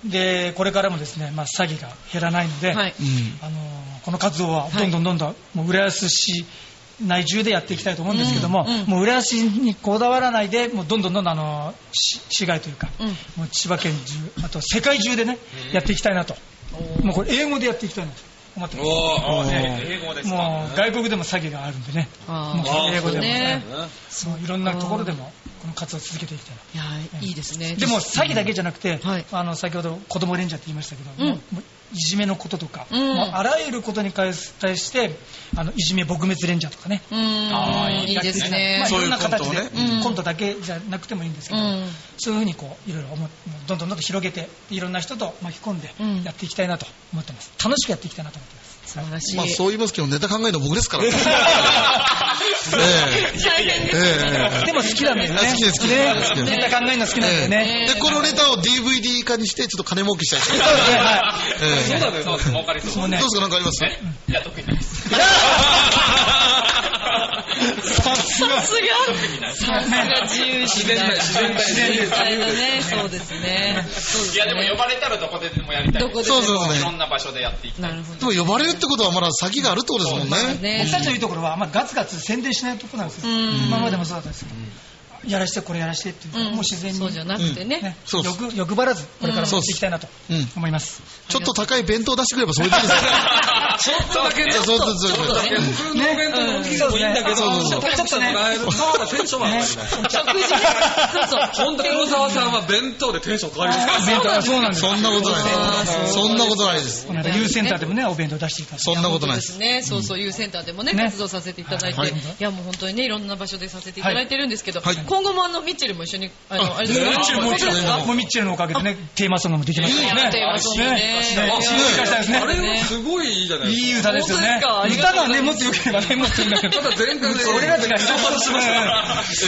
Speaker 4: でこれからもですね、まあ、詐欺が減らないので、
Speaker 1: はい。
Speaker 2: うん。
Speaker 4: あのーこの活動はどんどんどんどん、もう浦安市内中でやっていきたいと思うんですけども、
Speaker 1: うんうん
Speaker 4: もう浦安市にこだわらないでもうどんどんどんどんあのーし市外というか、
Speaker 1: うん
Speaker 4: もう千葉県中あと世界中でね、やっていきたいなともうこれ英語でやっていきたいなと思ってます
Speaker 3: おー、
Speaker 2: ね
Speaker 4: もう外国でも詐欺があるんでねも
Speaker 1: あ
Speaker 4: う
Speaker 1: あ。
Speaker 4: 英語でもね
Speaker 1: ね。
Speaker 4: そういろんなところでもこの活動を続けていきたいない
Speaker 1: や、いいですね。
Speaker 4: でも詐欺だけじゃなくて、
Speaker 1: はい
Speaker 4: あの先ほど子供レンジャーって言いましたけど、
Speaker 1: うん
Speaker 4: もうもういじめのこととか、
Speaker 1: うん
Speaker 4: もうあらゆることに対す対してあのいじめ撲滅レンジャーとかね、
Speaker 1: うーん、いいですね
Speaker 4: まあ、い。
Speaker 2: そうい
Speaker 4: ろ
Speaker 2: うん
Speaker 4: な形で
Speaker 2: コント
Speaker 1: ねうん
Speaker 4: コントだけじゃなくてもいいんですけ
Speaker 1: う
Speaker 4: ど、
Speaker 1: ん。
Speaker 4: そういうふうにこういろいろ思っどんどんどんどん広げていろんな人と巻き込んで
Speaker 1: うん
Speaker 4: やっていきたいなと思ってます楽しくやっていきたいなと思ってます
Speaker 1: 素晴らし
Speaker 2: まあ
Speaker 1: い。
Speaker 2: そう言いますけど、ネタ考えるの僕ですから。え
Speaker 1: 大変ですよね。
Speaker 2: えええ
Speaker 4: でも好きなんだよね
Speaker 2: 好きです好き
Speaker 4: ね
Speaker 2: です好きです
Speaker 4: みんな考えるの好きなんだよね、
Speaker 2: で、このネタを DVD 化にして、ちょっと金儲けしたいですね。
Speaker 4: そうですねはい
Speaker 2: ええ
Speaker 6: そうだね、そうだね、儲かりそう。
Speaker 4: もうね
Speaker 2: どうですか、なんかあります
Speaker 6: いや、特にないです。
Speaker 4: さ すが
Speaker 1: さすが、さすが自由自在だ。
Speaker 3: 自然な自然な
Speaker 1: 自由体だね。そうですね。そう
Speaker 6: いやでも呼ばれたらどこででもやりたい。
Speaker 1: どこで
Speaker 2: そうそう
Speaker 1: も。
Speaker 2: そう
Speaker 6: いろんな場所でやっていきた。
Speaker 1: ないるほど。
Speaker 2: でも呼ばれるってことはまだ先があるってことですもんね。
Speaker 1: ね
Speaker 4: 僕たちのいいところは、まあ、ガツガツ宣伝しないところなんですよ、
Speaker 1: うん
Speaker 4: 今までもそうだったんですけど、やらして、これやらしてっていう、
Speaker 1: うん
Speaker 4: もう自然に、
Speaker 1: そうじゃなくてね
Speaker 4: ね。
Speaker 2: そうそう
Speaker 4: 欲欲張らず、これからもやっていきたいなと
Speaker 2: うん。
Speaker 4: 思います。
Speaker 2: ちょっと高い弁当出してくればそれでいいですよ。
Speaker 6: ちょっとだけ
Speaker 2: そうそうそ
Speaker 1: ち
Speaker 2: う
Speaker 1: ょっとね
Speaker 3: 普通のお弁当の時でもいいんだけど、
Speaker 2: そうそうそう
Speaker 3: ちょっともらえると、テンションは上がります。
Speaker 1: 食事ねそうそう。
Speaker 3: 本当黒沢さんは弁当でテンション変わりますから
Speaker 4: 弁当はそうなんです
Speaker 2: そんなことないです。そんなことないです。
Speaker 4: この間、ユーセンターでもね、お弁当出していただいて
Speaker 2: そんなことないで。
Speaker 1: ですすね、そうそう、ユーセンターでもね、
Speaker 4: ね
Speaker 1: 活動させていただいて、
Speaker 2: はい
Speaker 1: い、や、もう本当にね、いろんな場所でさせていただいてるんですけど、
Speaker 2: はい
Speaker 1: 今後もあの、ミッチェルも一緒に、あの、あれです
Speaker 4: もう
Speaker 1: か
Speaker 4: ミッチェルも
Speaker 1: 本当ですか
Speaker 4: もうミッチェルのおかげでね、テーマソングもできました
Speaker 1: テーマソングね
Speaker 4: ね進化したですね
Speaker 3: あれはすごいいいじゃないです
Speaker 4: いい歌ですよね
Speaker 1: 本当。ですか
Speaker 4: 歌がね、もっと良ければね、もっといいんだけど。
Speaker 3: か。ただ前回ね、
Speaker 4: 俺らしか人前しました。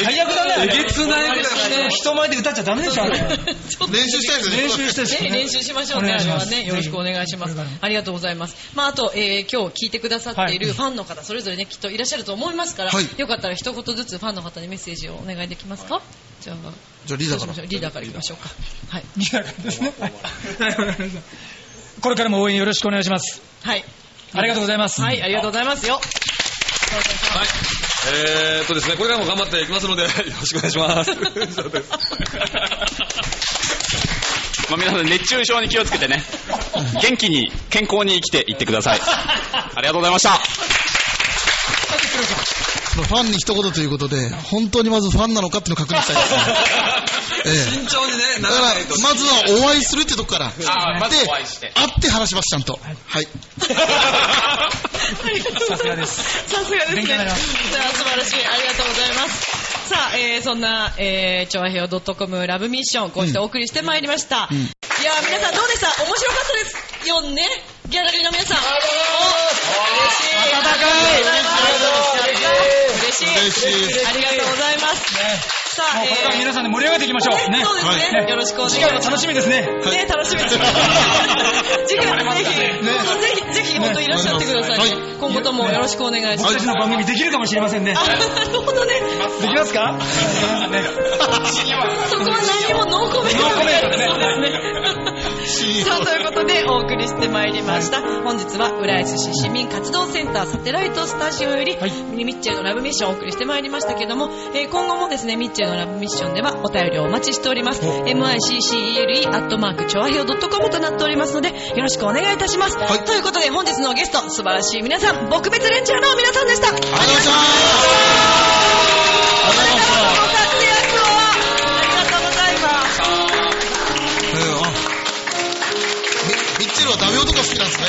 Speaker 4: 最悪だね。
Speaker 3: えげつないぐらい
Speaker 4: 人前で歌っちゃダメでしょ、あれ
Speaker 1: ちょっと
Speaker 2: 練習したいですよね。
Speaker 4: 練 習して
Speaker 1: ぜひ練習しましょうね、
Speaker 4: お
Speaker 1: あ
Speaker 4: 願いし
Speaker 1: れ
Speaker 4: ま
Speaker 1: は
Speaker 4: す
Speaker 1: ね。よろしくお願いしま
Speaker 4: ぜ
Speaker 1: す
Speaker 4: ひこれから。も
Speaker 1: ありがとうございます。まあ、あと、えー今日聞いてくださってい
Speaker 4: は
Speaker 1: る
Speaker 4: い
Speaker 1: ファンの方、それぞれね、きっといらっしゃると思いますから、
Speaker 2: はい
Speaker 1: よかったら一言ずつファンの方にメッセージをお願いできますか、じゃあ、
Speaker 2: じゃあリー
Speaker 1: ど
Speaker 2: ダ
Speaker 1: う
Speaker 2: ー
Speaker 1: しま
Speaker 2: から
Speaker 1: しょ。う。リーダーからいきましょうか。はい。
Speaker 4: リーダーからですね。はいわかりました これからも応援よろしくお願いします。
Speaker 1: はい。
Speaker 4: ありがとうございます。
Speaker 1: はい、ありがとうございますよ。
Speaker 7: はい。えーっとですね、これからも頑張っていきますので、よろしくお願いします。 そうです。
Speaker 6: まあ皆さん熱中症に気をつけてね、元気に健康に生きていってください。ありがとうございました。
Speaker 2: そのファンに一言ということで、本当にまずファンなのかっていうのを確認したいですね。 ええ
Speaker 3: 慎重にね、な
Speaker 2: だからら
Speaker 3: ないと。、
Speaker 2: まずはお会いするってとこから。
Speaker 6: あーまず
Speaker 2: で
Speaker 6: お会いして
Speaker 2: 会って話します、ちゃんと。は
Speaker 1: あ
Speaker 2: い。
Speaker 1: りがとうございます。さすがですね。
Speaker 4: 勉強になります
Speaker 1: じゃあ素晴らしい。ありがとうございます。さあ、えー、そんな、えー、調和平和 .com ラブミッション、こうしてお送りしてまいりました。いやー、皆さんどうでした面白かったですよねギャラリーの皆さん。お嬉しい。暖かい。嬉しい。
Speaker 2: 嬉しい
Speaker 1: 嬉しい。ありがとうございます。さあ、
Speaker 4: もうこれから皆さんで盛り上がっていきましょう。ね。
Speaker 1: そうですね。
Speaker 4: はい
Speaker 1: よろしくお願いし
Speaker 4: 次回も
Speaker 1: ます
Speaker 4: 楽。しみですね。
Speaker 1: ね、楽しみです。次回もぜひ、そうぜひ、ぜひ、本当いらっしゃってくださいね。今後ともよろしくお願いしま
Speaker 4: 僕た
Speaker 1: す
Speaker 4: ち。の番組できるかもしれませんね。
Speaker 1: あ、なるほどね。
Speaker 4: できますかね
Speaker 1: そこは何もノーコメント
Speaker 4: ノーコメントね
Speaker 1: そうですね。さあ、ということでお送りしてまいりました。本日は浦安市市民活動センターサテライトスタジオより、
Speaker 4: はい
Speaker 1: ミッチェルのラブミッションをお送りしてまいりましたけども、えー今後もですね、ミッチェルのラブミッションではお便りをお待ちしております。miccele アットマークチョアヘオ .com となっておりますので、よろしくお願いいたします。ということで本日のゲスト、素晴らしい皆さん、僕別レンジャーの皆さんでした。
Speaker 2: ありがとうございました。ありがとうございました。えーあミミッチェルはダメ男好きなんですね。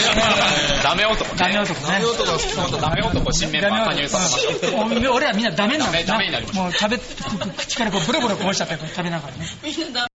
Speaker 6: ダメ男
Speaker 4: ダ
Speaker 6: ね。
Speaker 4: メ男
Speaker 2: ダ
Speaker 4: ね
Speaker 2: メ。男が好き なんだ。
Speaker 6: ダメ男新メンバー加入させましょう。
Speaker 4: 俺らみんなダメな
Speaker 6: ダメダメになりまし
Speaker 4: もう食べ、口からこうブロブロこぼしちゃって、食べながらね。
Speaker 1: みんなダメ